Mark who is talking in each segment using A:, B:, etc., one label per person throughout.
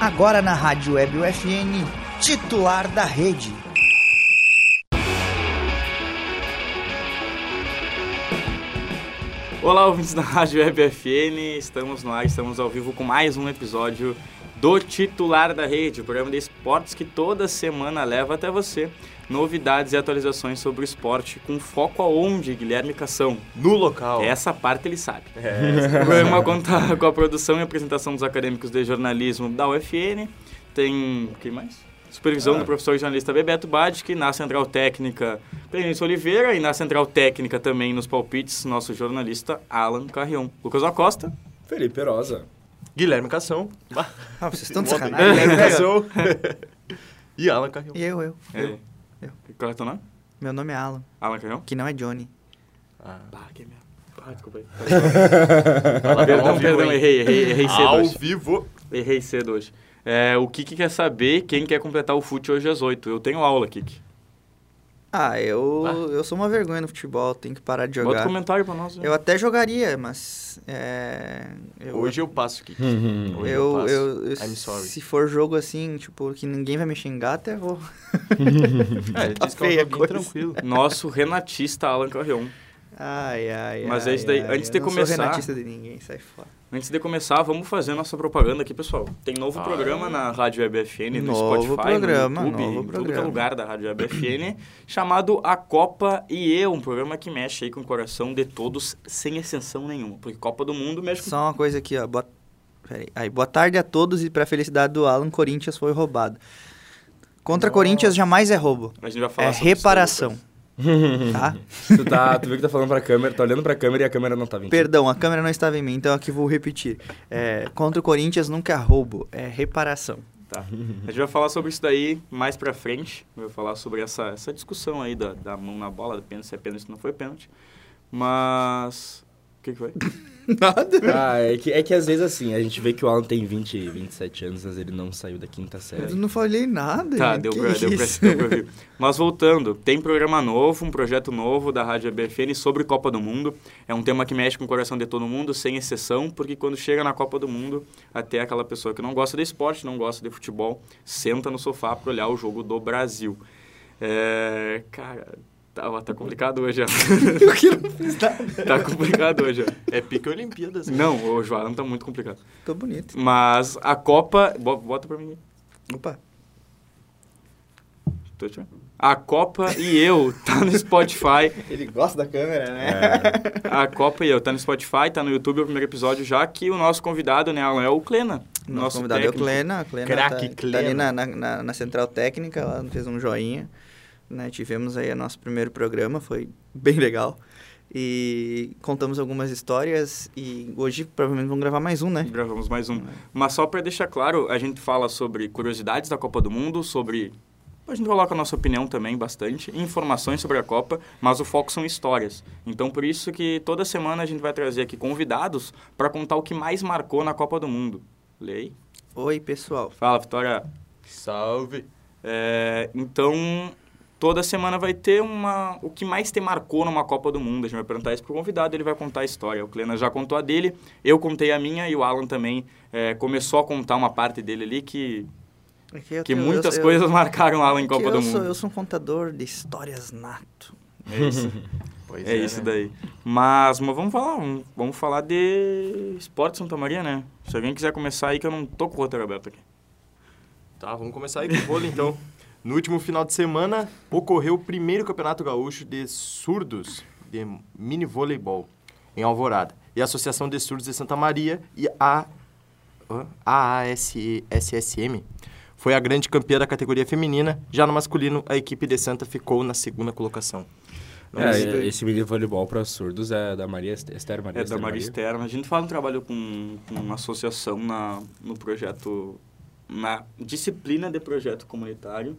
A: agora na Rádio Web UFN, titular da rede.
B: Olá, ouvintes da Rádio Web FN, estamos lá, estamos ao vivo com mais um episódio do Titular da Rede, o programa de esportes que toda semana leva até você novidades e atualizações sobre o esporte com foco aonde, Guilherme Cação?
C: No local.
B: Essa parte ele sabe. É. O programa conta com a produção e apresentação dos acadêmicos de jornalismo da UFN, tem... quem mais? Supervisão
A: É.
B: do professor e jornalista Bebeto Badic, na Central Técnica Clenício Oliveira e na Central Técnica também nos palpites, nosso jornalista Alan Carrion. Lucas Acosta.
D: Felipe Rosa.
C: Guilherme Cação.
A: Ah, vocês estão de
C: Bota aí.
A: sacanagem.
C: Guilherme Cação. um e Alan Carrion.
A: E eu, eu.
B: É.
A: Eu.
B: Qual é o teu nome?
A: Meu nome é Alan,
B: Alan Carrion?
A: que não é Johnny.
B: Bah, que merda. Ah, desculpa aí.
C: Fala,
A: Tá
C: ao
B: Perdão,
C: vivo,
B: perdão,
C: hein?
B: errei, errei, errei cedo
C: Ao
B: hoje.
C: vivo.
B: Errei cedo hoje. É, o Kiki quer saber quem quer completar o fute hoje às 8. Eu tenho aula, Kiki.
A: Ah, eu, eu sou uma vergonha no futebol, tenho que parar de
B: Bota
A: jogar.
B: um comentário pra nós. né?
A: Eu até jogaria, mas. É, eu,
C: Hoje eu passo, Kiki.
A: eu,
C: Hoje
A: eu,
C: passo.
A: eu-
C: I'm sorry.
A: Se for jogo assim, tipo, que ninguém vai me xingar, até vou.
C: É, ele
A: tá
C: disse que é um
A: feia a
C: joguinho
A: coisa.
C: tranquilo.
B: Nosso renatista Alan Carrion.
A: Ai, ai,
B: Mas
A: ai,
B: é isso daí.
A: ai,
B: Antes
A: eu
B: de
A: não
B: começar-
A: Sou renatista de ninguém, sai fora.
B: Antes de começar, vamos fazer nossa propaganda aqui, pessoal. Tem novo
C: Ah.
B: programa na Rádio EBFN, no
A: Novo
B: Spotify,
A: programa,
B: no YouTube,
A: novo
B: em tudo que é
A: programa.
B: lugar da Rádio EBFN, chamado A Copa e Eu, um programa que mexe aí com o coração de todos, sem exceção nenhuma. Porque Copa do Mundo mexe com...
A: Só uma coisa aqui, ó. Boa... Pera aí. Aí, boa tarde a todos e pra felicidade do Alan, Corinthians foi roubado. Contra Corinthians jamais é roubo.
B: A gente vai falar sobre
A: É
B: isso daí depois.
A: reparação. Tá?
D: Tu, tá, tu viu que tá falando pra câmera, tá olhando pra câmera e a câmera não tá vindo.
A: Perdão, a câmera não estava em mim, então aqui vou repetir. É, contra o Corinthians nunca é roubo, é reparação.
B: Tá. A gente vai falar sobre isso daí mais pra frente. Vai falar sobre essa, essa discussão aí da, da mão na bola, depende se é pênalti, se não foi pênalti. Mas. O que, que foi?
A: Nada.
D: Ah, é que, é que às vezes assim, a gente vê que o Alan tem 20, 27 anos, mas ele não saiu da quinta
A: Eu
D: série.
A: não falei nada.
B: Tá,
A: gente,
B: deu
A: um
B: pra,
A: que
B: deu, pra,
A: isso?
B: deu pra ver. Mas voltando, tem programa novo, um projeto novo da Rádio ABFN sobre Copa do Mundo. É um tema que mexe com o coração de todo mundo, sem exceção, porque quando chega na Copa do Mundo, até aquela pessoa que não gosta de esporte, não gosta de futebol, senta no sofá pra olhar o jogo do Brasil. É, cara, tá, tá complicado hoje, ó. Tá complicado hoje, ó.
C: É pique Olimpíadas.
B: Não, o João tá muito complicado.
A: Tô bonito.
B: Mas a Copa. bo- Bota pra mim.
A: Opa.
B: Tô te vendo. A Copa e eu tá no Spotify.
A: Ele gosta da câmera, né?
B: A Copa e eu tá no Spotify, tá no YouTube o primeiro episódio já que o nosso convidado, né, Alan, é o Klena.
A: Nosso, convidado é o Klena. a Klena
C: Craque
A: tá,
C: Klena.
A: tá ali na, na, na- na central técnica, ela fez um joinha. né? Tivemos aí o nosso primeiro programa, foi bem legal. E contamos algumas histórias e hoje provavelmente vamos gravar mais um, né?
B: Gravamos mais um. Mas só pra deixar claro, a gente fala sobre curiosidades da Copa do Mundo, sobre. A gente coloca a nossa opinião também bastante, informações sobre a Copa, mas o foco são histórias. Então, por isso que toda semana a gente vai trazer aqui convidados pra contar o que mais marcou na Copa do Mundo. Lei?
A: Oi, pessoal.
B: Fala, Vitória.
C: Salve.
B: É, então, toda semana vai ter uma, o que mais te marcou numa Copa do Mundo. A gente vai perguntar isso pro convidado, ele vai contar a história. O Klena já contou a dele, eu contei a minha e o Alan também é, começou a contar uma parte dele ali que,
A: É eu
B: que
A: tenho-
B: muitas
A: eu- eu-
B: coisas marcaram o Alan em
A: que
B: Copa
A: eu
B: do
A: sou-
B: Mundo.
A: eu sou um contador de histórias nato.
B: É isso,
C: Pois
B: é isso
C: né?
B: daí. Mas, mas vamos falar, vamos, vamos falar de esporte Santa Maria, né? Se alguém quiser começar aí, que eu não tô com o roteiro aberto aqui.
C: Tá, vamos começar aí com o vôlei então. No último final de semana, ocorreu o primeiro campeonato gaúcho de surdos de mini voleibol em Alvorada. E a Associação de Surdos de Santa Maria e a hã? AASSM foi a grande campeã da categoria feminina. Já no masculino, a equipe de Santa ficou na segunda colocação. Não
D: É,
C: sei-
D: esse vídeo de voleibol pra surdos é da Maria Est- Esther
B: É
D: Maria
B: da
D: Esther
B: Maria Externa. A gente faz um trabalho com, com uma associação na, no projeto, na disciplina de projeto comunitário.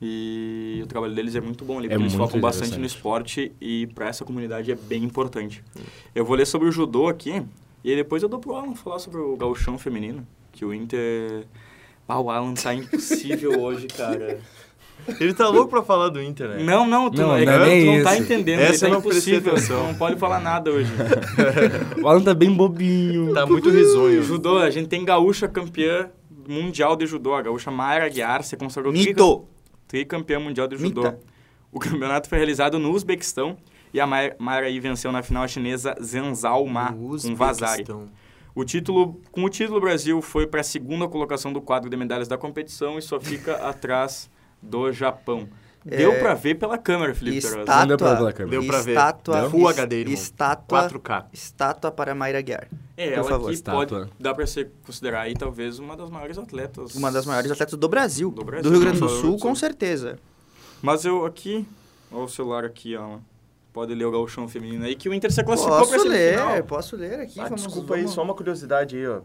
B: E o trabalho deles é muito bom ali,
D: É
B: porque eles
D: muito
B: focam bastante no
D: interessante.
B: esporte e para essa comunidade é bem importante. Eu vou ler sobre o judô aqui e depois eu dou pro Alan falar sobre o gauchão feminino, que o Inter... Ah, o Alan tá impossível hoje, cara.
C: Ele tá louco pra falar do Inter, né?
B: Não, não, tu não,
D: Não,
B: é que
D: não é
B: tu
D: nem
B: não tá
D: isso.
B: entendendo,
C: Essa
B: ele tá
C: eu não prestei
B: impossível, tu
C: atenção.
B: não pode falar nada hoje.
D: O Alan tá bem bobinho.
C: Tá muito risonho.
B: Judô, a gente tem gaúcha campeã mundial de judô. A gaúcha Mara Aguiar se consagrou tricam-
A: Mito!
B: tricampeã mundial de judô.
A: Mita.
B: O campeonato foi realizado no Uzbequistão e a Mara, Mara aí venceu na final a chinesa Zenzal Ma, com Vazari. O título, com o título, o Brasil foi para a segunda colocação do quadro de medalhas da competição e só fica atrás do Japão.
A: É,
B: Deu pra ver pela câmera, Felipe Perosa.
D: Não deu pra ver
A: Estátua.
D: a câmera.
C: Deu pra ver.
A: Estátua.
C: Deu? Full
A: es-
C: HD, irmão.
A: Estátua.
C: 4K.
A: Estátua para Mayra Guiar.
B: É,
A: Por
B: ela
A: favor,
B: que
D: estátua.
B: pode, dá pra se considerar aí talvez uma das maiores atletas.
A: Uma das maiores atletas do Brasil.
B: Do Brasil,
A: Rio Grande
B: não
A: do
B: só do
A: Sul,
B: Sul.
A: com certeza.
B: Mas eu aqui, olha o celular aqui, ó. Pode ler o gauchão feminino aí, que o Inter se classificou pra
A: Posso
B: semifinal.
A: ler, posso ler aqui.
C: Ah,
A: vamos-
C: desculpa aí,
A: vamos-
C: só uma curiosidade aí, ó.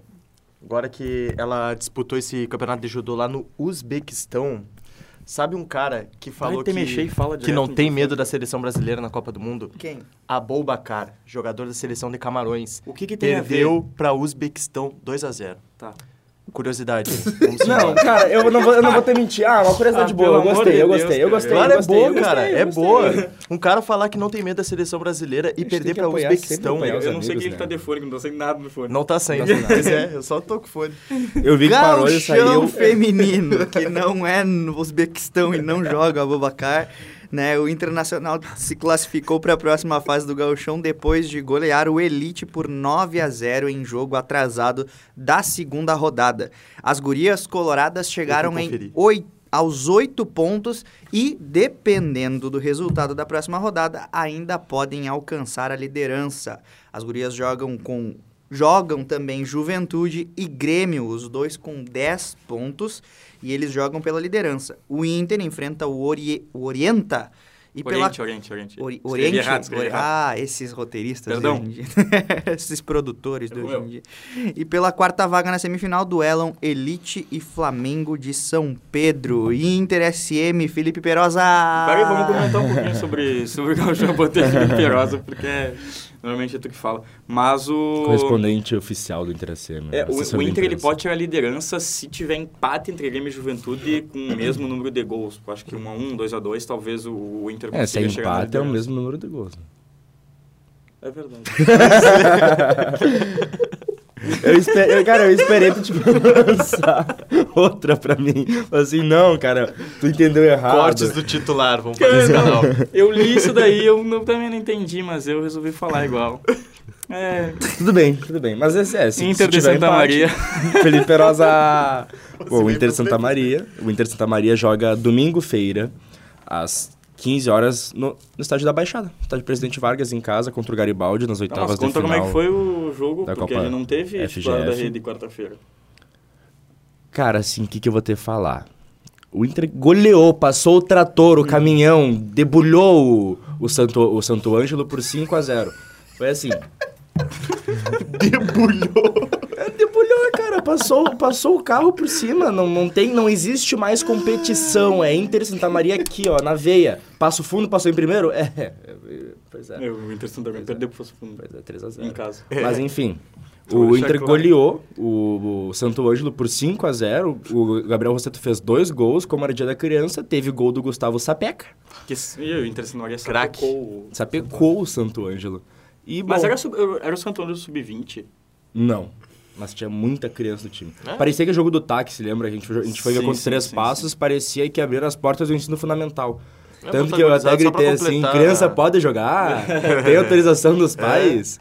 C: Agora que ela disputou esse campeonato de judô lá no Uzbequistão, sabe um cara que
B: Vai
C: falou
B: te
C: que,
B: mexer e fala
C: que
B: direto então,
C: não
B: no
C: tem
B: microfone.
C: medo da seleção brasileira na Copa do Mundo?
A: Quem?
C: Aboubacar, jogador da seleção de Camarões.
B: O que que tem a ver?
C: Perdeu para Uzbequistão 2 a 0
B: Tá.
C: Curiosidade. vamos
D: Não,
C: embora.
D: cara, eu não vou, eu não vou ter mentir. Ah, uma curiosidade
B: Ah,
D: boa. Eu
B: pelo amor
D: gostei,
B: de
D: eu
B: Deus,
D: gostei, eu
B: cara.
D: gostei.
C: Claro,
D: eu
C: é
D: gostei,
C: boa,
D: eu gostei,
C: cara.
D: eu
C: é
D: gostei.
C: boa. Um cara falar que não tem medo da seleção brasileira e
D: gente
C: perder
D: tem que
C: pra
D: apoiar,
C: Uzbequistão.
D: sempre apoiar.
B: Eu
D: os
B: não
D: amigos,
B: sei quem
D: né?
B: que tá de fone, não tô sem nada no fone.
C: Não tá sem. Pois é, eu só tô com fone.
D: Eu vi que parou e
A: Gauchão
D: saiu.
A: feminino, que não é no Uzbequistão e não joga o Abubacar. Né, o Internacional se classificou para a próxima fase do Gauchão depois de golear o Elite por 9 a 0 em jogo atrasado da segunda rodada. As gurias coloradas chegaram em
C: conferir.
A: oi- aos oito pontos e, dependendo do resultado da próxima rodada, ainda podem alcançar a liderança. As gurias jogam com jogam também Juventude e Grêmio, os dois com 10 pontos e eles jogam pela liderança. O Inter enfrenta o, Ori- o Orienta e pela
B: Oriente, Oriente, Oriente.
A: Ori-
B: Escrevi
A: Oriente.
B: errado, escrevi
A: Ori-
B: errado.
A: Ah, esses roteiristas de
B: Perdão.
A: hoje em dia. esses produtores de
B: Errou
A: hoje em
B: eu.
A: dia. E pela quarta vaga na semifinal duelam Elite e Flamengo de São Pedro. Inter SM, Felipe Perosa.
B: Uhum. Peraí, vamos comentar um pouquinho sobre, sobre o Gauchão Botelho de Perosa, porque normalmente é tu que fala. Mas o.
D: Correspondente oficial do Interacema.
B: É, o, o Inter ele pode tirar a liderança se tiver empate entre Grêmio e Juventude com o mesmo número de gols. Eu Acho que 1x1, 2x2, talvez o, o Inter
D: É, se é
B: consiga chegar na
D: empate, é o
B: liderança.
D: mesmo número de gols. né?
B: É verdade.
D: Eu espe- eu- cara, eu esperei tu, tipo, lançar outra pra mim. Falei assim, não, cara, tu entendeu errado.
C: Cortes do titular, vamos fazer esse
B: Cara,
C: canal.
B: Eu li isso daí, eu não- também não entendi, mas eu resolvi falar igual. É,
D: Tudo bem, tudo bem. Mas esse é, se,
B: Inter
D: se
B: de
D: tiver
B: Santa
D: empate,
B: Maria.
D: Felipe Perosa. Bom, o Inter de Santa Maria. O Inter de Santa Maria joga domingo-feira, às 15 horas, no, no estádio da Baixada. Estádio Presidente Vargas em casa contra o Garibaldi nas
B: Não, mas
D: oitavas de
B: conta
D: final.
B: como é que foi o jogo,
D: da
B: porque
D: Copa
B: ele não teve
D: FGF.
B: titular da rede quarta-feira.
D: Cara, assim, o que, que eu vou ter que falar? O Inter goleou, passou o trator, o caminhão, debulhou o, o, Santo, o Santo Ângelo por 5 a 0 Foi assim. debulhou? É, debulhou, cara. Passou, passou o carro por cima. Não, não, tem, não existe mais competição. É Inter Santa Maria aqui, ó, na veia. Passa o fundo, passou em primeiro? É. é, é, Pois é.
B: É, o Inter Santa Maria perdeu pro Fosso Fundo,
D: Pois é, 3 a 0
B: em casa.
D: mas enfim,
C: Vou
D: o
C: deixar
D: Inter
C: claro.
D: goleou o, o Santo Ângelo por 5 a 0 O Gabriel Rosseto fez dois gols, como era dia da criança. Teve gol do Gustavo Sapeca.
B: Que, s- e o Inter Santa Maria só
C: Craque.
B: tocou o...
D: Sapecou o Santo Ângelo. E,
B: Mas
D: bom,
B: era, sub- era o Santo Antônio Sub-20.
D: Não. Mas tinha muita criança no time.
C: É?
D: Parecia que é jogo do táxi, lembra? A gente, a gente foi ver
B: Sim,
D: contra
B: sim,
D: três
B: sim,
D: passos, parecia que abriram as portas do ensino fundamental.
C: É,
D: Tanto que eu até
C: protagonizado só pra
D: gritei assim,
C: completar.
D: criança pode jogar? Tem autorização dos pais?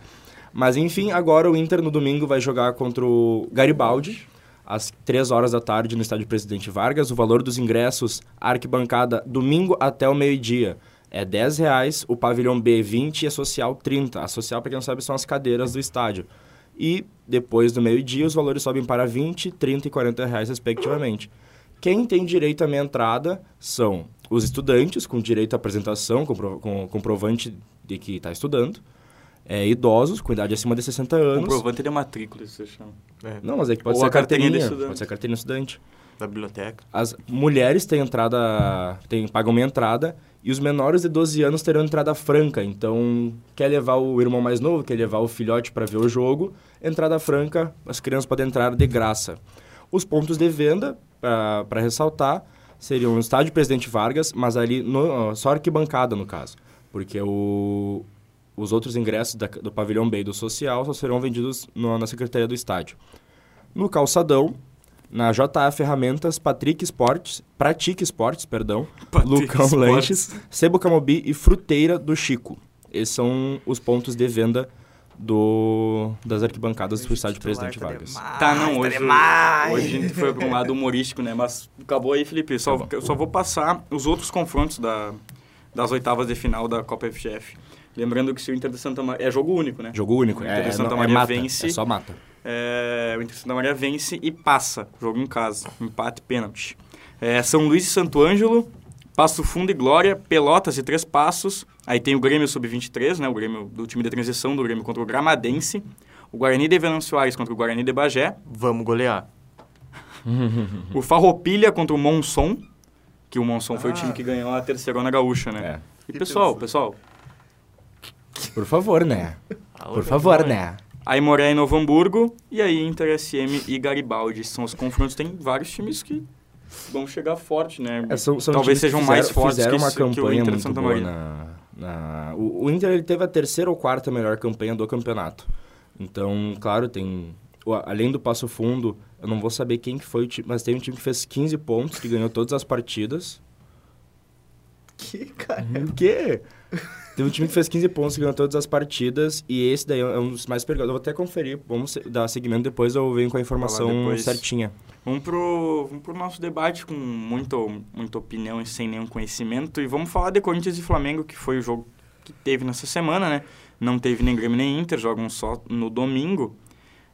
D: Mas enfim, agora o Inter no domingo vai jogar contra o Garibaldi, às três horas da tarde no estádio Presidente Vargas. O valor dos ingressos, arquibancada, domingo até o meio-dia. É R$ 10 reais, o pavilhão B 20 e a social 30. A social, para quem não sabe, são as cadeiras do estádio. E depois do meio-dia, os valores sobem para 20, 30 e 40 reais, respectivamente. Quem tem direito à minha entrada são os estudantes, com direito à apresentação, compro- com comprovante de que está estudando, é, idosos, com idade acima de 60 anos.
B: Comprovante de é matrícula, isso se chama.
D: Não, mas é que pode
B: Ou
D: ser
B: a carteirinha do
D: carteirinha.
B: estudante.
D: Pode ser carteirinha do estudante.
C: Da biblioteca.
D: As mulheres têm entrada, têm, pagam uma entrada e os menores de 12 anos terão entrada franca. Então, quer levar o irmão mais novo, quer levar o filhote para ver o jogo, entrada franca, as crianças podem entrar de graça. Os pontos de venda, para ressaltar, seriam o estádio Presidente Vargas, mas ali no, só arquibancada, no caso. Porque o, os outros ingressos da- do pavilhão B e do social só serão vendidos no- na Secretaria do Estádio. No calçadão, Na JA Ferramentas, Patrick Esportes, Pratique Esportes, perdão,
B: Patrick
D: Lucão
B: Esportes.
D: Lanches, Sebo Camobi e Fruteira do Chico. Esses são os pontos de venda do, das arquibancadas do estádio Presidente Vargas.
B: Tá, não,
A: tá
B: hoje,
A: demais.
B: hoje a gente foi para um lado humorístico, né? Mas acabou aí, Felipe.
A: Tá
B: Só, eu só vou passar os outros confrontos da, das oitavas de final da Copa FGF. Lembrando que se o Inter de Santa Maria... É jogo único, né?
D: Jogo único,
B: O Inter
D: é,
B: de
D: é,
B: Santa
D: não- é
B: Maria
D: mata,
B: vence.
D: é só mata.
B: É, o Inter de Santa Maria vence e passa. Jogo em casa. Empate, pênalti. É, São Luís e Santo Ângelo. Passo Fundo e Glória. Pelotas e Três Passos. Aí tem o Grêmio Sub-23, né? O Grêmio do time de transição do Grêmio contra o Gramadense. O Guarani de Venâncio Soares contra o Guarani de Bagé.
C: Vamos golear.
B: O Farroupilha contra o Monson. Que o Monson foi o time que ganhou a terceirona gaúcha,
D: É.
B: né? E pessoal, pessoal.
D: Por favor, né?
C: Ah,
D: Por
C: olha,
D: favor,
C: que
D: né?
B: Aimoré e Novo Hamburgo. E aí Inter, SM e Garibaldi. São os confrontos. Tem vários times que vão chegar forte, né?
D: É, são- são
B: Talvez
D: times que
B: sejam mais
D: fizeram-
B: fortes
D: fizeram
B: que
D: uma
B: esse- que o
D: campanha
B: Inter de
D: muito
B: Santa
D: boa
B: Maria.
D: na- na- o, o Inter ele teve a terceira ou quarta melhor campanha do campeonato. Então, claro, tem o- além do Passo Fundo, eu não vou saber quem que foi o time, mas tem um time que fez 15 pontos, que ganhou todas as partidas.
A: Que, cara?
D: O quê? Teve um time que fez 15 pontos, que ganhou todas as partidas, e esse daí é um dos mais perigosos. Eu vou até conferir, vamos se- dar seguimento depois, eu venho com a informação
B: depois.
D: certinha.
B: Vamos pro, vamos pro nosso debate com muito, muita opinião e sem nenhum conhecimento. E vamos falar de Corinthians e Flamengo, que foi o jogo que teve nessa semana, né? Não teve nem Grêmio nem Inter, jogam só no domingo.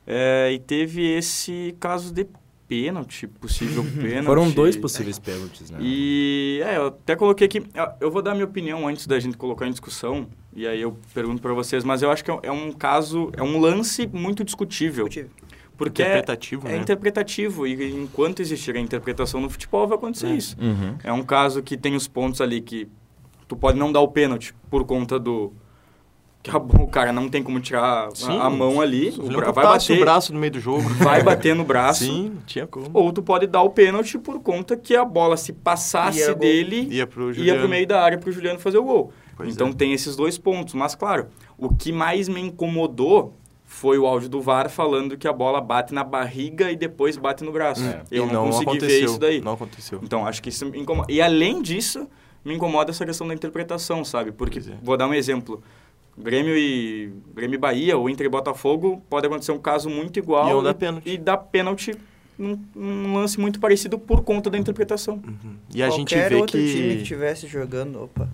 B: É, e teve esse caso de pênalti, possível pênalti.
D: Foram dois possíveis pênaltis, né?
B: E é, eu até coloquei aqui. eu- Eu vou dar minha opinião antes da gente colocar em discussão. E aí eu pergunto pra vocês, mas eu acho que é um- é um caso, é um lance muito discutível. Porque é,
C: Interpretativo,
B: é
C: né?
B: interpretativo e enquanto existir a interpretação no futebol vai acontecer isso.
D: Uhum.
B: É um caso que tem os pontos ali que tu pode não dar o pênalti por conta do que a- o cara não tem como tirar a-
C: Sim.
B: a, mão ali, o
C: Filho,
B: bra-
C: eu
B: vai
C: tasse
B: bater,
C: o braço no meio do jogo.
B: vai bater no braço.
C: Sim, não tinha como.
B: Ou tu pode dar o pênalti por conta que a bola se passasse
A: E era gol.
B: dele
C: Ia pro
B: ia
C: Juliano.
B: pro meio da área pro Juliano fazer o gol.
C: Pois
B: então
C: é.
B: tem esses dois pontos. Mas, claro, o que mais me incomodou foi o áudio do VAR falando que a bola bate na barriga e depois bate no braço.
D: É.
B: Eu
C: E
B: não,
C: não
B: consegui
C: aconteceu,
B: ver isso daí.
C: Não aconteceu.
B: Então, acho que isso me incomoda. E, além disso, me incomoda essa questão da interpretação, sabe? Porque,
C: Pois é.
B: vou dar um exemplo. Grêmio e Grêmio e Bahia, ou Inter e Botafogo, pode acontecer um caso muito igual
C: E não dá pênalti.
B: e dar pênalti num, num lance muito parecido por conta da interpretação.
C: Uhum. E a gente
A: Qualquer
C: vê
A: outro time que
C: que...
A: tivesse jogando, opa,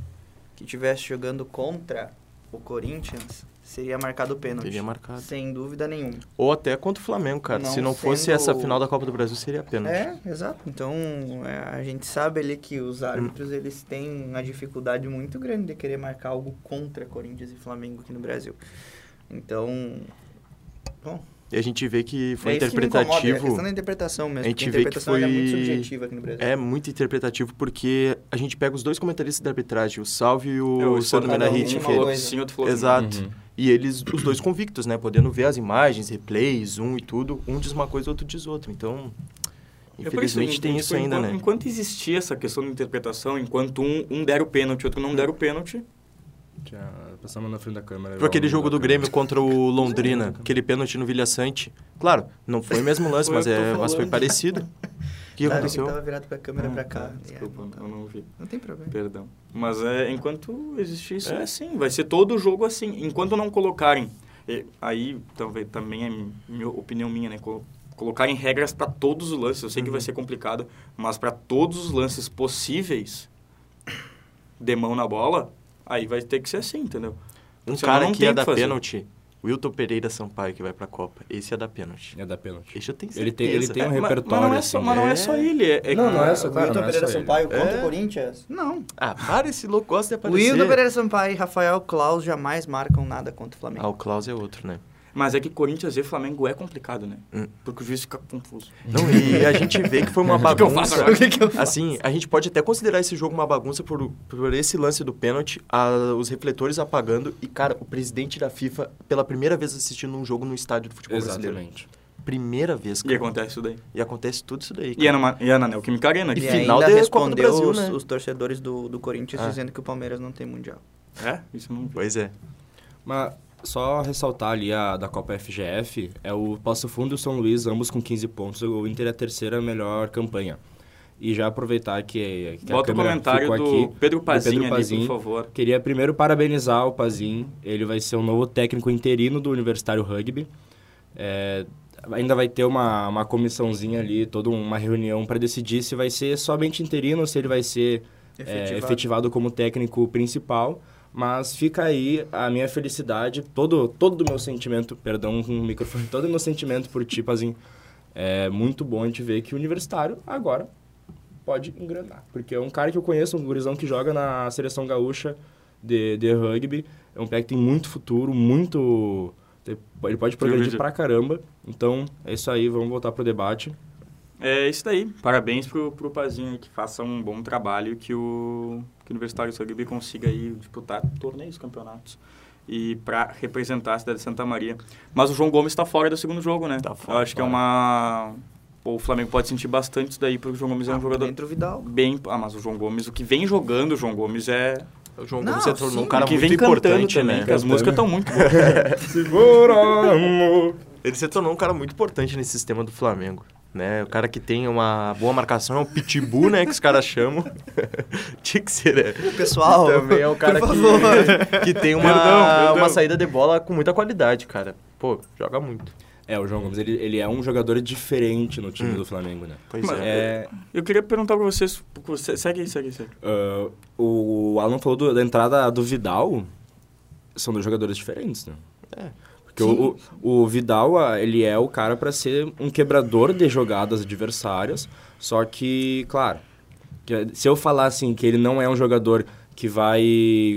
A: que tivesse jogando contra o Corinthians, seria marcado pênalti.
C: Teria é marcado.
A: Sem dúvida nenhuma.
C: Ou até contra o Flamengo, cara.
A: Não
C: Se não fosse
A: sendo-
C: essa final da Copa do Brasil, seria pênalti.
A: É, exato. Então, é, a gente sabe ali que os árbitros, eles têm uma dificuldade muito grande de querer marcar algo contra Corinthians e Flamengo aqui no Brasil. Então,
C: E a gente vê que foi
A: é isso que me incomoda, é a
C: interpretativo.
A: questão da interpretação mesmo.
C: A gente
A: porque
C: vê que
A: interpretação ela é muito
C: foi-
A: subjetiva aqui no Brasil.
C: É muito interpretativo porque a gente pega os dois comentaristas da arbitragem, o Salve e
B: Eu
C: o Sandro
B: escuto
A: cada um
C: Menahit.
B: Um
A: uma
C: que- é
B: falou que
A: coisa.
B: sim, outro falou que não.
C: Exato.
D: Uhum.
C: E eles, os dois convictos, né? Podendo ver as imagens, replays, um e tudo. Um diz uma coisa, outro diz outra. Então,
B: É por isso,
C: infelizmente tem
B: tipo,
C: isso ainda,
B: enquanto,
C: né?
B: Enquanto existia essa questão de interpretação, enquanto um, um der o pênalti, outro não der o pênalti,
D: Tinha- é, Passamos na frente da câmera.
C: Tipo aquele
D: vamos
C: jogo
D: mudar
C: do
D: a câmera.
C: Grêmio contra
B: é,
C: o
B: né,
C: Londrina, aquele pênalti no Vilha Sante. Claro, não foi o mesmo lance,
A: Foi
C: mas,
A: o que eu
C: é,
A: tô
C: mas foi
A: falando.
C: parecido. O que
A: Sabe
C: aconteceu? Um
A: tava virado pra câmera pra cá.
B: ah, desculpa,
A: É, não,
B: eu
A: tava.
B: não vi.
A: Não tem problema.
B: Perdão. Mas é, enquanto existir isso, é. assim. Vai ser todo jogo assim. Enquanto não colocarem. e Aí talvez também é minha opinião minha, né? Colo- Colocarem regras para todos os lances. Eu sei que
C: Uhum.
B: vai ser complicado, mas para todos os lances possíveis de mão na bola, aí vai ter que ser assim, entendeu?
C: Um
B: Senão
C: cara
B: não
C: que
B: tem
C: ia
B: o que
C: dar
B: fazer.
C: pênalti, Wilton Pereira Sampaio, que vai pra Copa. Esse ia dar pênalti.
D: Ia dar pênalti.
C: Esse eu tenho certeza.
D: Ele tem- ele tem um
B: É, ma- Mas
D: repertório,
B: não é só,
D: assim,
B: mas não
C: né?
B: é só ele. É, é
D: Não,
B: que-
D: não é só- claro,
A: Wilton
D: não é
A: Pereira
D: só ele.
A: Sampaio contra
C: É.
A: o Corinthians? Não.
C: Ah, para, esse louco gosta de aparecer.
A: Wilton Pereira Sampaio e Rafael Klaus jamais marcam nada contra o Flamengo.
C: Ah, o Klaus é outro, né?
B: Mas é que Corinthians e Flamengo é complicado, né?
C: Hum.
B: Porque o juiz fica confuso.
C: Não, e a gente vê que foi uma
B: que eu faço
C: bagunça.
B: agora? O
A: que que eu
C: Assim, a gente pode até considerar esse jogo uma bagunça por, por esse lance do pênalti, a- os refletores apagando e, cara, o presidente da FIFA pela primeira vez assistindo um jogo no estádio do futebol brasileiro.
D: Exatamente.
C: Primeira vez,
B: E
C: cara.
B: acontece isso daí.
C: E acontece tudo isso daí.
B: E é,
C: cara.
B: numa, e é na Neoquímica Arena.
A: E
B: que-
C: aí- final
A: ainda
C: de Copa do
A: respondeu
C: Brasil,
A: os,
C: né?
A: os torcedores do, do Corinthians
C: Ah.
A: dizendo que o Palmeiras não tem Mundial.
B: É? Isso eu não vi.
C: Pois é.
D: Mas só ressaltar ali a da Copa FGF, é o Passo Fundo e o São Luís, ambos com 15 pontos. O Inter é a terceira melhor campanha. E já aproveitar que, que
B: Bota
D: a
B: o
D: câmera
B: comentário
D: ficou
B: do
D: aqui,
B: Pedro
D: do
B: Pazin ali,
D: Pazin.
B: por favor.
D: Queria primeiro parabenizar o Pazin. Ele vai ser o novo técnico interino do Universitário Rugby. É, ainda vai ter uma, uma comissãozinha ali, toda uma reunião para decidir se vai ser somente interino ou se ele vai ser é,
A: Efetivado.
D: efetivado como técnico principal. Mas fica aí a minha felicidade, todo todo o meu sentimento, perdão com o microfone, todo o meu sentimento por ti, Pazin. É muito bom a gente ver que o universitário agora pode engrenar. Porque é um cara que eu conheço, um gurizão que joga na seleção gaúcha de, de rugby. É um cara que tem muito futuro, muito. Ele pode progredir
B: vídeo.
D: pra caramba. Então, é isso aí, vamos voltar pro debate.
B: É isso daí. Parabéns pro, pro Pazinho que faça um bom trabalho que o, que o Universitário de Rugby consiga aí disputar torneios, campeonatos e para representar a cidade de Santa Maria. Mas o João Gomes está fora do segundo jogo, né?
C: Tá fora,
B: Eu acho que é
C: fora.
B: uma Pô, o Flamengo pode sentir bastante isso daí porque o João Gomes é
A: Ah,
B: um jogador
A: Dentro o Vidal.
B: bem, ah, mas o João Gomes, o que vem jogando o João Gomes é
C: O João
A: Não,
C: Gomes se tornou
A: sim.
C: um cara
B: o que
C: muito
B: vem cantando
C: importante,
B: também,
C: né?
B: que as
D: Cantando.
B: músicas estão muito boas.
D: Segura, Ah, amor.
C: Ele se tornou um cara muito importante nesse sistema do Flamengo. Né? O cara que tem uma boa marcação é um pitbull, né? Que os caras chamam. Tinha que ser, né?
A: Pessoal,
C: Também é um cara
A: por favor.
C: que, que tem uma,
B: Perdão, perdão.
C: uma saída de bola com muita qualidade, cara. Pô, joga muito.
D: É, o João Gomes, ele, ele é um jogador diferente no time do Flamengo, né?
C: Hum. Pois
B: Mas-
C: é.
D: É,
B: Eu queria perguntar para vocês, você- segue aí, segue aí, segue.
D: ah, o Alan falou do- da entrada do Vidal. São dois jogadores diferentes, né?
C: É.
D: Porque o, o o Vidal, ah, ele é o cara para ser um quebrador de jogadas adversárias. Só que, claro, que se eu falar assim que ele não é um jogador que vai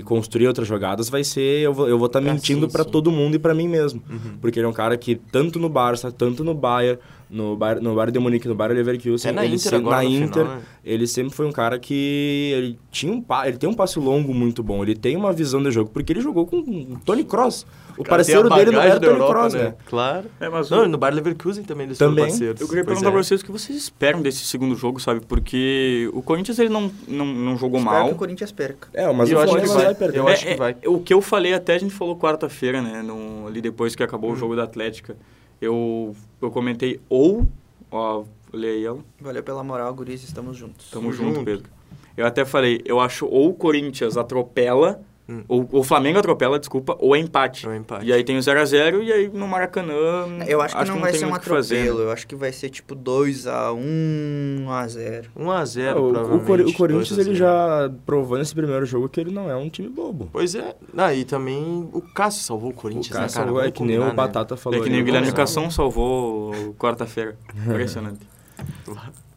D: construir outras jogadas, vai ser. Eu vou estar eu vou tá mentindo
C: É assim, sim, Uhum.
D: para
C: sim.
D: todo mundo e para mim mesmo. Porque ele é um cara que, tanto no Barça, tanto no Bayern, no Bayern, no Bayern de Munique, no Bayern Leverkusen,
C: Até é na
D: ele
C: Inter
D: se-
C: agora
D: na
C: no final,
D: Inter,
C: né?
D: ele sempre foi um cara que ele tinha um pa- ele tem um passe longo muito bom, ele tem uma visão do jogo, porque ele jogou com o Tony Cross. O
C: Cara, tem a
D: parceiro dele não
C: bagagem
D: era o
C: da
D: Tony
C: Europa,
D: Cross, né?
C: Claro.
B: É, mas
C: Não,
B: o-
C: e no Bayer Leverkusen também eles
D: Também.
C: foram parceiros.
B: Eu queria
C: Pois
B: perguntar
C: é.
B: pra vocês o que vocês esperam desse segundo jogo, sabe? Porque o Corinthians ele não, não, não jogou
A: Espero
B: mal.
A: que o Corinthians perca.
D: É, mas
C: Eu
D: o
C: acho que
D: Flamengo
C: vai. um
D: vai perder.
C: Eu
B: É,
C: acho que
B: é,
C: vai.
B: o que eu falei até, a gente falou quarta-feira, né? no- ali depois que
C: Hum.
B: acabou o jogo da Atlética. Eu, eu comentei ou... Ó, olha aí ela.
A: Valeu pela moral, guris, estamos juntos.
B: Tamo
C: Tamo
B: junto,
C: junto.
B: Pedro. Eu até falei, eu acho ou o Corinthians atropela, ou ou o Flamengo atropela, desculpa, ou é empate.
C: Hum. Ou é empate.
B: E aí tem o 0x0 e aí no Maracanã...
A: Eu acho que não vai
B: tem
A: ser um
B: muito o que fazer, né?
A: atropelo. Eu acho que vai ser tipo 2x1, 1x0.
C: 1x0,
D: É, Ah, o, o
C: provavelmente. assim, né?
D: Cori- o Corinthians
C: 2 a 0.
D: ele já provou nesse primeiro jogo que ele não é um time bobo.
C: Pois é. Ah, e também o Cássio salvou o Corinthians,
D: O cara
C: né, cara?
D: salvou, é
C: Vamos
D: que nem o
C: combinar, né?
D: Batata falou.
B: É que nem
D: aí,
B: o Guilherme
D: vamos-
B: Cação salvou o quarta-feira. Impressionante.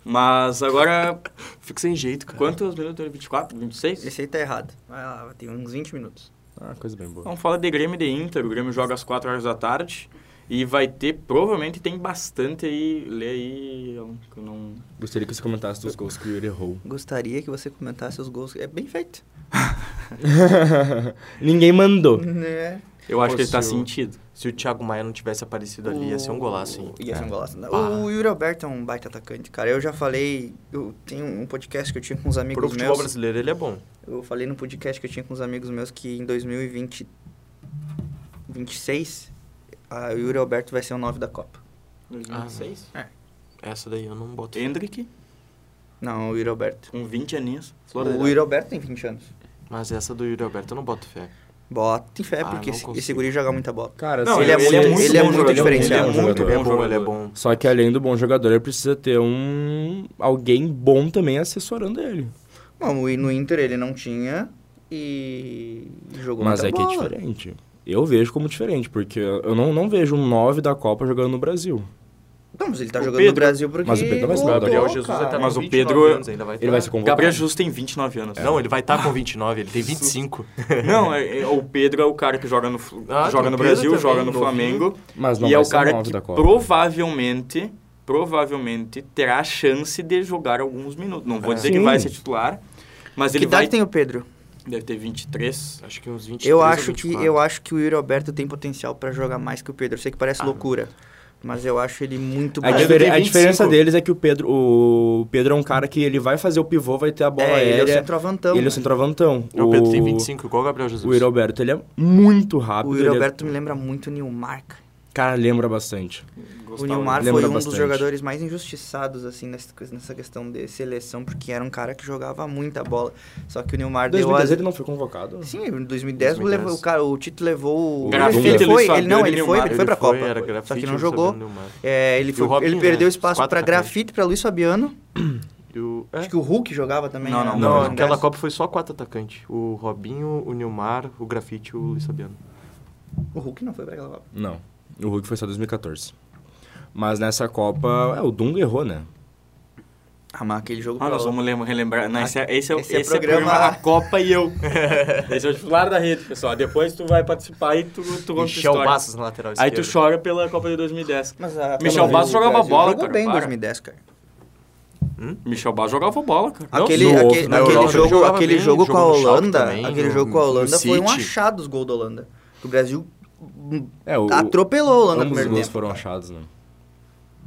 B: Mas agora,
C: Fico sem jeito, cara.
B: quantos minutos? 24, 26?
A: Esse aí tá errado. Vai lá, tem uns 20 minutos.
D: Ah, coisa bem boa.
B: Então fala de Grêmio e de Inter. O Grêmio joga às 4 horas da tarde. E vai ter, provavelmente tem bastante aí. Lê aí. eu não-
D: Gostaria que você comentasse dos gols que ele errou.
A: Gostaria que você comentasse os gols. É bem feito.
D: Ninguém mandou.
A: Né?
B: Eu acho que ele tá
C: Fosse o-
B: sentido.
C: Se o Thiago Maia não tivesse aparecido ali, ia ser um golaço, hein?
A: O- Ia ser um golaço.
C: Pá.
A: O Yuri Alberto é um baita atacante, cara. Eu já falei. Eu tenho um podcast que eu tinha com uns
C: Pro
A: amigos
C: futebol
A: meus.
C: brasileiro, ele é bom.
A: Eu falei no podcast que eu tinha com uns amigos meus que em 2020. 26. A o Yuri Alberto vai ser o 9 da Copa.
B: 2006.
C: Essa daí eu não boto.
B: Hendrick,
A: Não, o Yuri Alberto.
B: com 20 aninhos.
A: O Yuri Alberto tem 20 anos.
C: Mas essa do Yuri Alberto eu não boto fé.
A: Bota em fé,
C: Ah,
A: porque
C: não
A: esse,
C: consigo.
A: esse guri joga muita bola.
D: Cara,
B: Não,
D: se-
A: ele é
D: se-
A: muito-
D: se-
A: ele é muito
D: Ele
A: diferenciado.
D: é
A: Ele é
D: muito
A: muito
C: ele é
D: bom.
B: bom
C: bom,
B: jogador.
C: ele é bom.
D: Só que além do bom jogador, ele precisa ter um alguém bom também assessorando ele.
A: Não, o- no Inter ele não tinha e jogou
D: Mas é
A: muita
D: que é
A: bola.
D: diferente. Eu vejo como diferente, porque eu não, não vejo um 9 da Copa jogando no Brasil.
A: Não, mas ele tá
B: O
A: jogando no
B: Pedro-
A: Brasil porque...
D: mas o Pedro vai ser
A: voltou,
D: Gabriel é
C: Jesus
A: cara.
C: tá
B: Mas
C: com
B: o
C: 29
B: Pedro- é-
C: anos, ainda vai
D: Ele vai
C: tá. É.
D: ser convocado.
B: Gabriel Jesus tem 29 anos.
C: Não, ele vai estar com 29, ele tem 25.
B: Não, é- é- o Pedro é o cara que joga no, Flu-
C: Ah,
B: joga
C: tem
B: no
C: o Pedro
B: Brasil,
C: também,
B: joga no
C: novinho.
B: Flamengo.
D: Mas não
B: e
D: vai
B: é o
D: ser um
B: cara
D: nove
B: que
D: da Copa.
B: provavelmente, provavelmente terá a chance de jogar alguns minutos. Não vou
D: É.
B: dizer que
D: Sim.
B: vai ser titular, mas
A: Que
B: ele
A: idade
B: vai...
A: tem o Pedro?
B: Deve ter 23.
C: Acho que uns 23
A: Eu
C: ou
A: acho, que,
C: 24.
A: eu acho que o Yuri Alberto tem potencial pra jogar mais que o Pedro. Eu sei que parece loucura, Mas eu acho ele muito
D: Ah. A,
A: bom.
C: Pedro
D: diferen- a
C: tem
D: diferença
C: 25.
D: deles é que o Pedro, o Pedro é um cara que ele vai fazer o pivô, vai ter a bola
A: É,
D: aérea.
A: ele é o centroavantão.
D: Ele é o
A: né?
D: centroavantão.
C: O Pedro tem 25, igual o Gabriel Jesus.
D: O Roberto, ele é muito rápido.
A: O
D: ele é-
A: Roberto me lembra muito o Nilmar. cara.
D: Cara, lembra bastante.
A: O Nilmar
D: Lembra
A: foi um dos
D: bastante.
A: jogadores mais injustiçados, assim, nessa nessa questão de seleção, porque era um cara que jogava muita bola. Só que o Nilmar
D: Em
A: deu
D: 2010
A: as...
D: ele não foi convocado?
A: Sim, em 2010,
C: 2010.
A: Levou, o, cara, o Tito levou... Ele
D: O Grafite,
A: foi-
D: ele
A: foi,
B: sabia
A: ele não,
B: do
A: ele foi,
B: Neymar,
A: ele foi pra
C: foi,
A: Copa.
C: era
A: Só que
C: grafite,
A: não
C: eu
A: jogou.
C: sabia do Neymar.
A: É, ele,
C: o
A: foi,
C: Robinho,
A: ele perdeu
C: né?
A: espaço
C: Quatro
A: pra
C: atacantes.
A: Grafite, pra Luiz Fabiano.
C: E o- é.
A: Acho que o Hulk jogava também.
B: Não,
A: né?
B: não,
C: Não,
B: não,
C: aquela
A: dessa.
C: Copa foi só quatro atacantes. O Robinho, o Nilmar, o Grafite e o Luiz Fabiano.
A: O Hulk não foi pra aquela Copa.
D: Não. O Hulk foi só 2014. Mas nessa Copa, é, o Dunga errou, né?
A: Ah, mas aquele jogo...
B: Ah,
A: pra-
B: nós vamos lem- relembrar. Não, esse, é, esse, é, o-
A: Esse é
B: esse é o
A: programa-
B: programa A Copa e eu. esse é o titular da rede, pessoal. Depois tu vai participar e tu, tu conta a
C: Michel
B: história.
C: Bastos na lateral
B: Aí
C: esquerda.
B: tu chora pela Copa de 2010.
A: Mas a-
B: Michel Bastos
A: pelo menos o
B: jogava
A: Brasil
B: bola,
A: jogou
B: cara,
A: bem em
B: para.
A: 2010, cara.
B: Michel Bastos jogava bola, cara.
D: Não,
A: Aquele,
D: no-
A: aquele,
D: na
A: aquele
D: Europa ele
A: jogo,
C: jogava
A: aquele
C: bem,
A: jogo com a
C: jogou no Schalke
A: Holanda,
C: também,
A: aquele
C: no-
A: jogo com a
C: no
A: Holanda foi um
C: City.
A: achado os gols da Holanda. O Brasil hum,
D: É, o,
A: atropelou a Holanda Tá no
D: ambos os
A: primeiro
D: gols
A: tempo.
D: foram achados, né?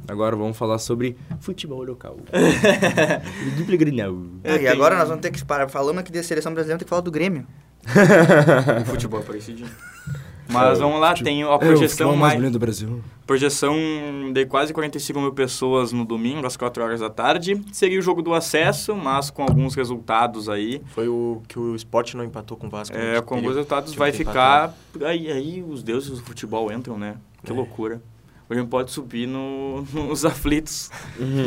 D: Agora vamos falar sobre futebol local. Duplo Grenal. É,
A: Ah, e agora nós vamos ter que parar. Falamos aqui de seleção brasileira, tem que falar do Grêmio.
B: O futebol é parecidinho. Mas vamos lá, tem a projeção mais...
D: do Brasil.
B: Projeção de quase 45 mil pessoas no domingo, às 4 horas da tarde. Seria o jogo do acesso, mas com alguns resultados aí.
C: Foi o que o Sport não empatou com o Vasco. né?
B: É,
C: Tipo,
B: com
C: ele-
B: alguns resultados
C: tinha
B: vai
C: que
B: ficar. Aí, aí os deuses do futebol entram, né? Que loucura. O Grêmio pode subir no- nos aflitos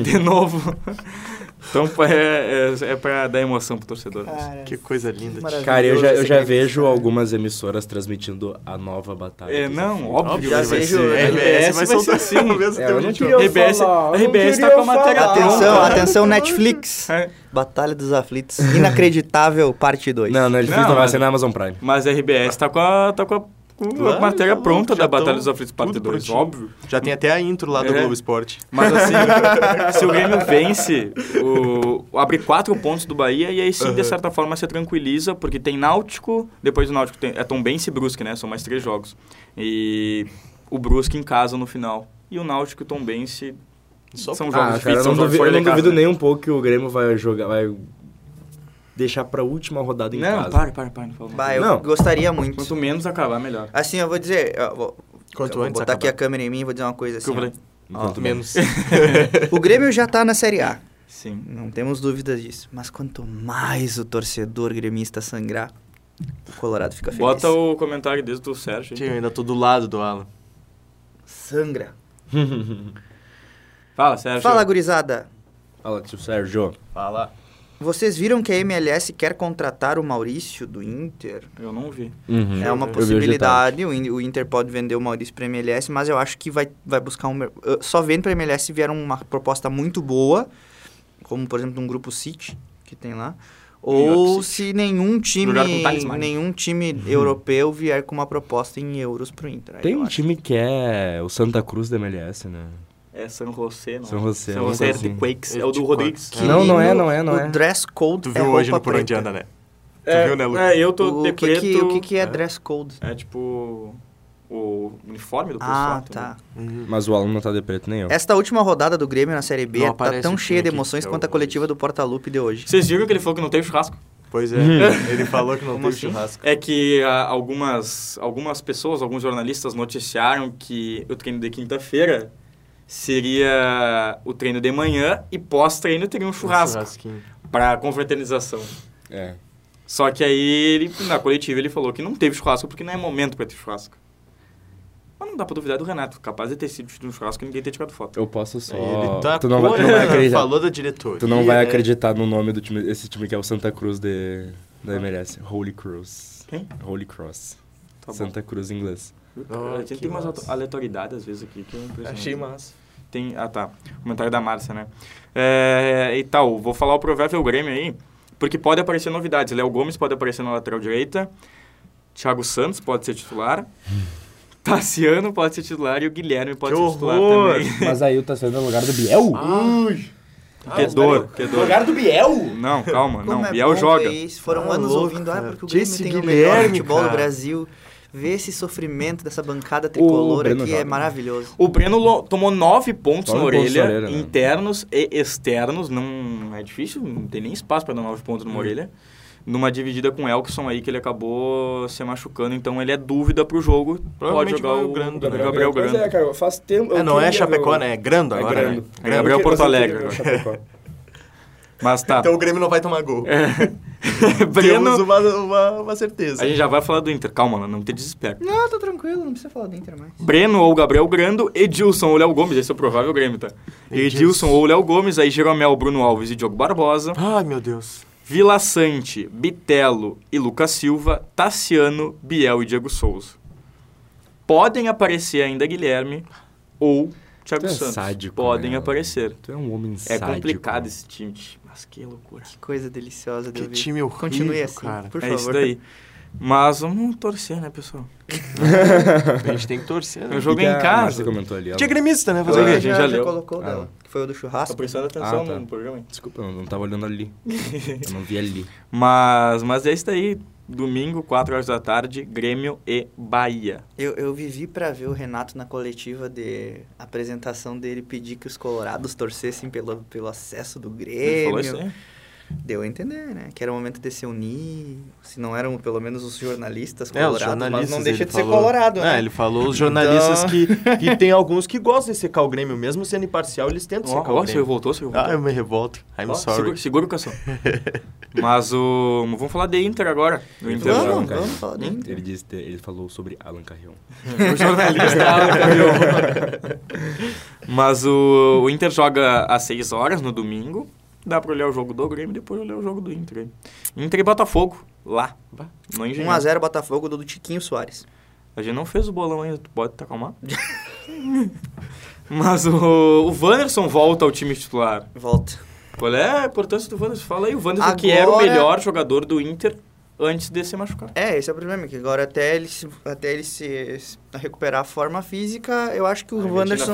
B: de novo. então é, é, é pra dar emoção pro torcedor.
C: Que coisa linda.
A: Maravilha.
D: Cara, eu já, eu já
A: Maravilhoso,
D: vejo
A: cara. é
D: algumas emissoras transmitindo a nova
C: Ah,
D: batalha.
B: É,
D: dos
B: não,
D: aflitos.
B: óbvio
A: Já
B: que vai
A: vejo,
B: ser.
A: né?
B: A RBS vai soltar
C: assim
B: sim.
C: ao mesmo
D: É,
C: tempo.
D: eu não
C: gente.
D: queria
B: RBS
D: falar, eu não
B: RBS tá
D: queria
B: com a matéria
D: falar.
A: Atenção,
B: pronta.
A: atenção, Netflix.
B: É.
A: Batalha dos Aflitos. Inacreditável, parte 2.
D: Não, não, ele fez
B: Não,
D: não vai
B: mas-
D: ser na Amazon Prime.
B: Mas a RBS tá com a, tá com a, com a
C: Claro,
B: matéria
C: tá
B: pronta
C: louco,
B: da
C: já
B: Batalha
C: tão
B: dos Aflitos Parte
C: tudo
B: 2,
C: prontinho.
B: óbvio.
C: Já tem até a intro lá do
B: É.
C: Globo Esporte.
A: Então,
B: Mas assim, se o Grêmio vence, o, o- abre quatro pontos do Bahia e aí sim, de certa forma, se tranquiliza, porque tem Náutico, depois do Náutico tem, é Tombense e Brusque, né? São mais três jogos. E o Brusque em casa no final. E o Náutico e o Tombense
C: Só-
B: são jogos
D: Ah, cara,
B: difíceis,
D: eu
B: são
D: não
B: jogos
D: duvido,
B: fora
D: eu não
B: de casa,
D: duvido
B: né?
D: nem um pouco que o Grêmio vai jogar, vai deixar pra última rodada em
B: Não,
D: casa.
B: para, para, para, não fala mal.
A: Bah, eu
D: Não.
A: gostaria muito.
B: Quanto menos acabar, melhor.
A: Assim, eu vou dizer... eu vou,
C: Quanto
A: eu vou
C: antes
A: botar aqui a
C: acabar.
A: câmera em mim e vou dizer uma coisa
B: O que eu
A: assim.
B: falei?
A: ó.
D: Enquanto não.
C: Menos.
A: O Grêmio já tá na Série A.
B: Sim.
A: Não temos dúvidas disso. Mas quanto mais o torcedor gremista sangrar, o Colorado fica feliz.
B: Bota o comentário desde o Sérgio. aí.
C: Tio, eu ainda tô do lado do Alan.
A: Sangra.
B: Fala, Sérgio.
A: Fala, gurizada.
D: Fala, tio Sérgio.
C: Fala.
A: Vocês viram que a MLS quer contratar o Maurício do Inter?
B: Eu não vi.
D: Uhum.
A: É uma
D: Eu vi hoje tarde.
A: possibilidade. O In- o Inter pode vender o Maurício para MLS, mas eu acho que vai, vai buscar um. mer- ah, Só vendo para MLS se vier uma proposta muito boa, como por exemplo um grupo City que tem lá, ou
B: York
A: se nenhum time,
B: Jogar com talismã.
A: nenhum time
C: Uhum.
A: europeu vier com uma proposta em euros pro Inter. Aí
D: Tem
A: eu
D: um
A: acho.
D: time que é o Santa Cruz da MLS, né?
B: É San José, não.
D: San José,
B: São
D: alguma
B: José
D: coisa assim.
B: Quakes. É
C: Eu
B: o
C: te
B: do
C: corto.
B: Rodrigues.
A: Que
D: Não, não é,
A: lindo,
D: não é, não
A: o
D: é.
A: dress code
C: Tu
A: é
C: viu hoje
A: roupa
C: no Por Onde
A: preta.
C: Anda, né? Tu
B: é,
C: viu, né, Lucas?
B: É, eu tô
A: O
B: de
A: que,
B: preto.
A: que, o que, que é dress code?
B: É tipo o uniforme do pessoal.
A: Ah,
B: entendeu?
A: tá.
C: Uhum.
D: Mas o aluno não tá de preto nem eu.
A: Esta última rodada do Grêmio na Série B
C: Não
A: tá
C: aparece
A: tão
C: o time
A: cheia de
C: aqui,
A: emoções
C: que é
A: quanto a
C: o-
A: coletiva do Porta Lupe de hoje.
B: Vocês viram que ele falou que não tem churrasco?
C: Pois é,
D: Uhum.
C: ele falou que não
A: Como
C: teve
A: assim?
C: churrasco.
B: É que ah, algumas, algumas pessoas, alguns jornalistas noticiaram que o treino de quinta-feira seria o treino de manhã e pós-treino teria um churrasco
C: Churrasquinho.
B: pra confraternização.
D: É.
B: Só que aí, ele, na coletiva, ele falou que não teve churrasco porque não é momento pra ter churrasco. Mas não dá pra duvidar do Renato, capaz de ter sido um churrasco e ninguém ter tirado foto.
D: Eu posso só.
C: Ele tá
D: tu, não vai, tu não vai acreditar.
C: falou da diretoria.
D: Tu não vai
C: né?
D: acreditar no nome do time, esse time que é o Santa Cruz de, da MLS. Holy Cross.
B: Quem?
D: Holy Cross.
B: Tá bom.
D: Santa Cruz em inglês.
B: Cara, a gente
C: Ah, que
B: tem umas
C: massa.
B: aleatoriedades às vezes aqui que é impressionante.
C: Achei massa.
B: Tem, ah, tá. Comentário da Márcia, né? É, e tal, vou falar o provável Grêmio aí, porque pode aparecer novidades. Léo Gomes pode aparecer na lateral direita, Thiago Santos pode ser titular, Tassiano pode ser titular e o Guilherme pode
C: Que
B: ser titular
C: horror!
B: também.
D: Mas aí o tá sendo no lugar do Biel?
C: Ah,
B: que dor, que dor.
D: lugar do Biel?
B: Não, calma,
A: Como
B: não.
A: é
B: Biel
A: bom
B: joga.
A: ver isso. Foram
C: Ah,
A: anos
C: louco,
A: ouvindo, ah,
C: cara.
A: porque o
C: Tinha
A: Grêmio
C: esse
A: tem o melhor
C: Guilherme,
A: futebol do
C: cara.
A: Brasil. Ver esse sofrimento dessa bancada tricolor
D: Breno
A: aqui é
D: joga.
A: maravilhoso.
B: O Breno lo- tomou nove pontos na
D: Nove pontos
B: orelha,
D: na orelha, né?
B: internos e externos. Não é difícil, não tem nem espaço para dar nove pontos numa orelha. Numa dividida com o Elkson aí, que ele acabou se machucando. Então ele é dúvida pro jogo. Pode
C: Provavelmente
B: jogar
C: vai
B: o,
C: o Grando, né?
B: Gabriel,
D: Pois
B: Grando.
D: é, cara, faz tempo...
C: É,
D: eu
C: não é
D: queria
C: Chapecó,
D: ver o-
C: né? É Grando agora,
D: É grande.
C: né?
B: É Gabriel
D: Eu queria-
B: Porto
D: mas eu
B: Alegre
D: queria ver o Chapecó.
B: Mas tá. É.
C: Então o Grêmio não vai tomar gol.
D: É
C: Temos um-
B: Breno.
C: uma, uma, uma certeza.
B: A gente já vai falar do Inter. Calma, Alan, não te desespera.
A: Não, tô tranquilo, não precisa falar do Inter mais.
B: Breno ou Gabriel Grando, Edilson ou Léo Gomes, esse é o provável Grêmio, tá?
C: Edilson.
B: Edilson ou Léo Gomes, aí Jeromel, Bruno Alves e Diogo Barbosa.
C: Ai, meu Deus.
B: Vila Sante, Bitelo e Lucas Silva, Tassiano, Biel e Diego Souza. Podem aparecer ainda Guilherme ou Thiago
D: Tu é
B: Santos.
D: sádico,
B: um Podem
D: né?
B: aparecer.
D: Tu é um homem
B: É
D: sádico.
B: complicado esse time, mas que loucura.
A: Que coisa deliciosa de
C: Que
A: ouvir.
C: time horrível,
A: Continue assim,
C: cara.
A: por
B: é
A: favor.
B: isso daí. Mas vamos torcer, né, pessoal?
C: A gente tem que torcer, né?
B: Eu jogo
D: Que
B: em
D: a
B: casa.
D: Márcia comentou ali. ó.
C: Tinha gremista, né? Fazer
A: Ela
B: Olha,
C: o
B: a
A: já,
C: quê? Tá
B: gente já
A: já,
B: leu.
A: colocou
D: Ah.
A: dela, que foi o do churrasco.
B: prestando
D: Tá atenção no
B: programa, hein?
D: Desculpa, eu não tava olhando ali. Eu não vi ali.
B: Mas, mas é isso daí. Domingo, 4 horas da tarde, Grêmio e Bahia.
A: Eu, eu vivi pra ver o Renato na coletiva de apresentação dele pedir que os colorados torcessem pelo, pelo acesso do
B: Ele falou
A: Grêmio.
B: isso aí?
A: Deu a entender, né? Que era o momento de se unir, se não eram pelo menos os jornalistas
C: É,
A: colorados,
C: os jornalistas.
A: mas não
C: ele
A: deixa de ser
C: falou-
A: colorado, né?
C: É, ele falou os jornalistas
A: Então-
C: que, que tem alguns que gostam de secar o Grêmio, mesmo sendo imparcial, eles tentam
B: Ó,
C: secar o
B: ó, senhor
C: Grêmio.
B: voltou, senhor voltou.
C: Ah, eu me revolto. I'm
B: Ó,
C: sorry.
B: Segura, segura o cação. Mas o. Vamos falar de Inter agora. Do Inter.
A: Vamos,
D: Alan
A: vamos
D: Carrion.
A: falar do Inter.
D: Ele, disse, ele falou sobre Alan Carrion.
B: O jornalista é Alan Carrion. Mas o, o Inter joga às 6 horas no domingo. Dá pra olhar o jogo do Grêmio e depois olhar o jogo do Inter. hein? Inter e Botafogo, lá. No Engenhão.
A: 1x0 Botafogo do Tiquinho Soares.
B: A gente não fez o bolão ainda, tu pode te acalmar. Mas o, o Wanderson volta ao time titular.
A: Volta.
B: Qual é a importância do Wanderson? Fala aí, o Wanderson
A: Agora-
B: que era o melhor jogador do Inter antes de se machucar.
A: É, esse é o problema, que agora até ele se, até ele se, se recuperar a forma física, eu acho que o Wanderson...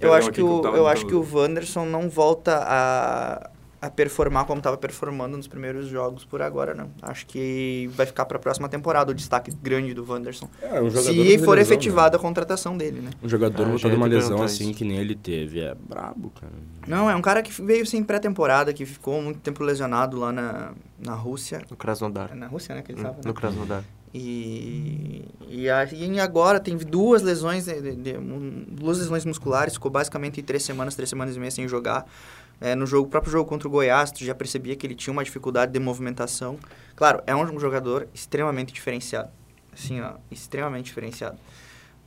A: Eu acho que, o, eu acho que o Wanderson não volta a, a performar como estava performando nos primeiros jogos por agora, não. Acho que vai ficar para a próxima temporada o destaque grande do Wanderson.
D: É, um
A: Se for efetivada a contratação dele, né?
D: Um jogador
C: Ah, já
D: voltado
C: ia
D: uma
C: te
D: lesão
C: perguntar
D: assim
C: isso.
D: que nem ele teve. É brabo, cara.
A: Não, é um cara que veio sem pré-temporada, que ficou muito tempo lesionado lá na, na Rússia.
C: No Krasnodar.
A: É na Rússia, né, que ele
C: Hum,
A: estava, né?
C: No Krasnodar.
A: E, e aí agora tem duas lesões, né, de- de- um- duas lesões musculares, ficou basicamente três semanas, três semanas e meia sem jogar. É, no jogo, próprio jogo contra o Goiás, tu já percebia que ele tinha uma dificuldade de movimentação. Claro, é um jogador extremamente diferenciado. Assim, ó, extremamente diferenciado.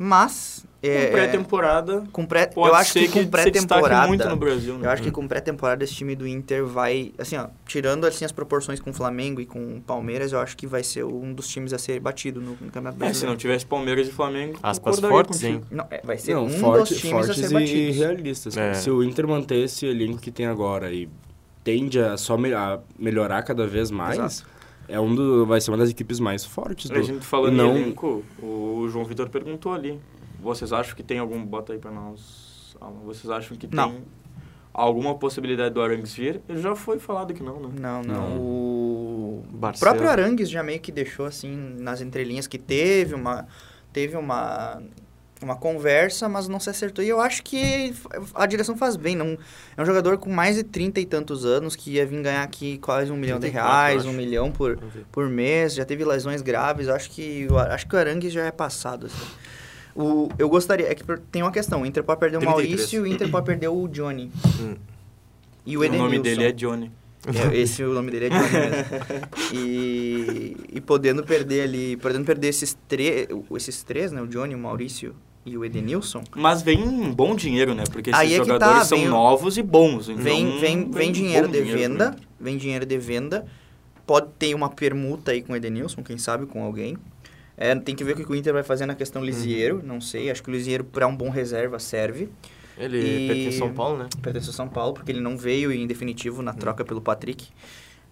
A: Mas... é,
B: Com pré-temporada,
A: com pré
B: pode
A: Eu acho
B: ser
A: que
B: que,
A: com
B: se destaque muito no
A: pré-temporada...
B: Brasil. Né?
A: Eu acho que com pré-temporada esse time do Inter vai, assim, ó, tirando assim as proporções com o Flamengo e com o Palmeiras, eu acho que vai ser um dos times a ser batido no, no Campeonato
B: É, se
A: Brasileiro.
B: não tivesse Palmeiras e Flamengo,
C: Aspas
B: concordaria
C: fortes,
B: contigo.
C: hein?
A: Não, é, vai ser um
D: forte-
A: dos times a
D: fortes
A: ser
D: e
A: batido.
D: realistas. né? cara.
C: É.
D: Se o Inter manter esse elenco que tem agora e tende a só me- a melhorar cada vez mais,
A: Exato.
D: é um do, vai ser uma das equipes mais fortes do.
B: A gente falando
D: Não-
B: em elenco, o João Vitor perguntou ali. Vocês acham que tem algum... Bota aí pra nós. Alan. Vocês acham que
A: Não.
B: tem alguma possibilidade do Arangues vir? Ele já foi falado que não, né?
A: Não, não.
D: Não.
A: O
C: Barcelos.
A: próprio Arangues já meio que deixou assim nas entrelinhas que teve uma teve uma uma conversa, mas não se acertou. E eu acho que a direção faz bem. Não, é um jogador com mais de 30 e tantos anos que ia vir ganhar aqui quase um milhão de
C: 34,
A: reais,
C: eu
A: um
C: acho.
A: milhão por,
C: Vamos ver.
A: por mês, já teve lesões graves, acho que o- acho que o Arangues já é passado. assim. O, eu gostaria, é que per- tem uma questão, o Inter pode perder o
C: 33.
A: Maurício, o Inter pode perder o Johnny.
C: Hum.
A: E o Edenilson.
B: nome dele é Johnny.
A: É, esse o nome dele é Johnny mesmo. E, e podendo perder ali, podendo perder esses três, esses três, né, o Johnny, o Maurício e o Edenilson,
B: Mas vem um bom dinheiro, né? Porque esses
A: Aí é que tá,
B: jogadores são
A: vem-
B: novos e bons. Então
A: Vem, vem, vem
B: um
A: dinheiro
B: bom
A: de
B: pro
A: venda.
B: Inter.
A: Vem dinheiro de venda. Pode ter uma permuta aí com o Edenilson, quem sabe com alguém. É, tem que ver o que o Inter vai fazer na questão Lisieiro, não sei. Acho que o Lisieiro, para um bom reserva, serve.
C: Ele
A: E-
C: pertence a São Paulo, né?
A: Pertence ao São Paulo, porque ele não veio em definitivo na troca pelo Patrick.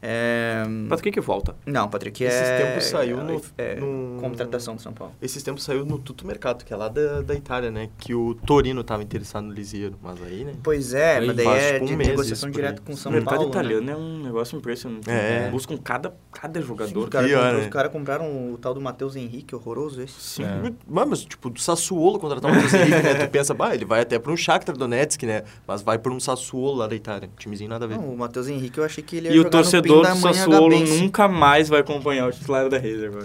A: É,
B: Mas o que que volta?
A: Não, Patrick
C: Esses
A: é...
C: tempos saiu no-
A: é,
C: no-
A: Contratação do São Paulo.
C: Esses tempos saiu no Tuto Mercado, que é lá da, da Itália, né? Que o Torino tava interessado no Lisieiro, mas aí, né?
A: Pois é,
D: Aí
A: mas daí
C: faz,
A: é
C: tipo, um
A: de
C: mês
A: negociação
C: isso por aí.
A: direto com o São
B: o mercado
A: Paulo, né?
B: italiano é um negócio impressionante.
C: É.
B: Eles Buscam cada, cada jogador.
A: Os caras
C: Pior,
A: compraram,
C: né?
A: os caras compraram o tal do Matheus Henrique, horroroso esse.
B: Sim.
D: É.
C: Mas, mas, tipo, do Sassuolo contratar um Matheus Henrique, né? Tu pensa, bah, ele vai até pra um Shakhtar Donetsk, né? Mas vai pra um Sassuolo lá da Itália. Um Timezinho nada a ver.
A: Não, o Matheus Henrique eu achei que ele ia
B: E o
A: jogar no
B: torcedor
A: Pindamonha
B: do Sassuolo
A: Gabense.
B: nunca mais vai acompanhar o titular da reserva.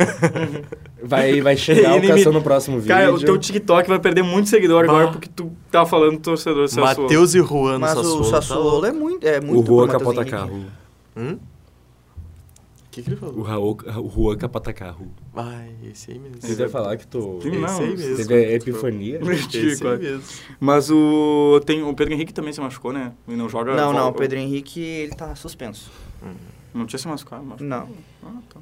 D: Vai, vai chegar o
B: Ele me-
D: Cação no próximo vídeo.
B: Cara, o teu TikTok vai perder muito seguidor agora porque tu tá falando do torcedor do Sassuolo.
C: Matheus e Juan no
A: Mas
C: Sassuolo.
A: o
C: tá
A: Sassuolo
C: louco.
A: é muito, é muito
D: o Juan
A: pro Matheus
D: capota
A: Henrique.
D: carro.
C: Hum? O que, que ele
D: O,
C: falou?
D: Raul, o Juan capota carro.
C: Ai, esse aí mesmo.
D: Você vai falar que tu é-
B: Sim, não.
C: Esse aí mesmo.
D: teve a epifania?
C: Esse aí mesmo.
B: Mas o. Tem, o Pedro Henrique também se machucou, né? E não joga.
A: Não, não, o
B: o-
A: Pedro Henrique ele tá suspenso.
B: Não tinha se machucado, mas.
A: Não.
B: Ah, tá.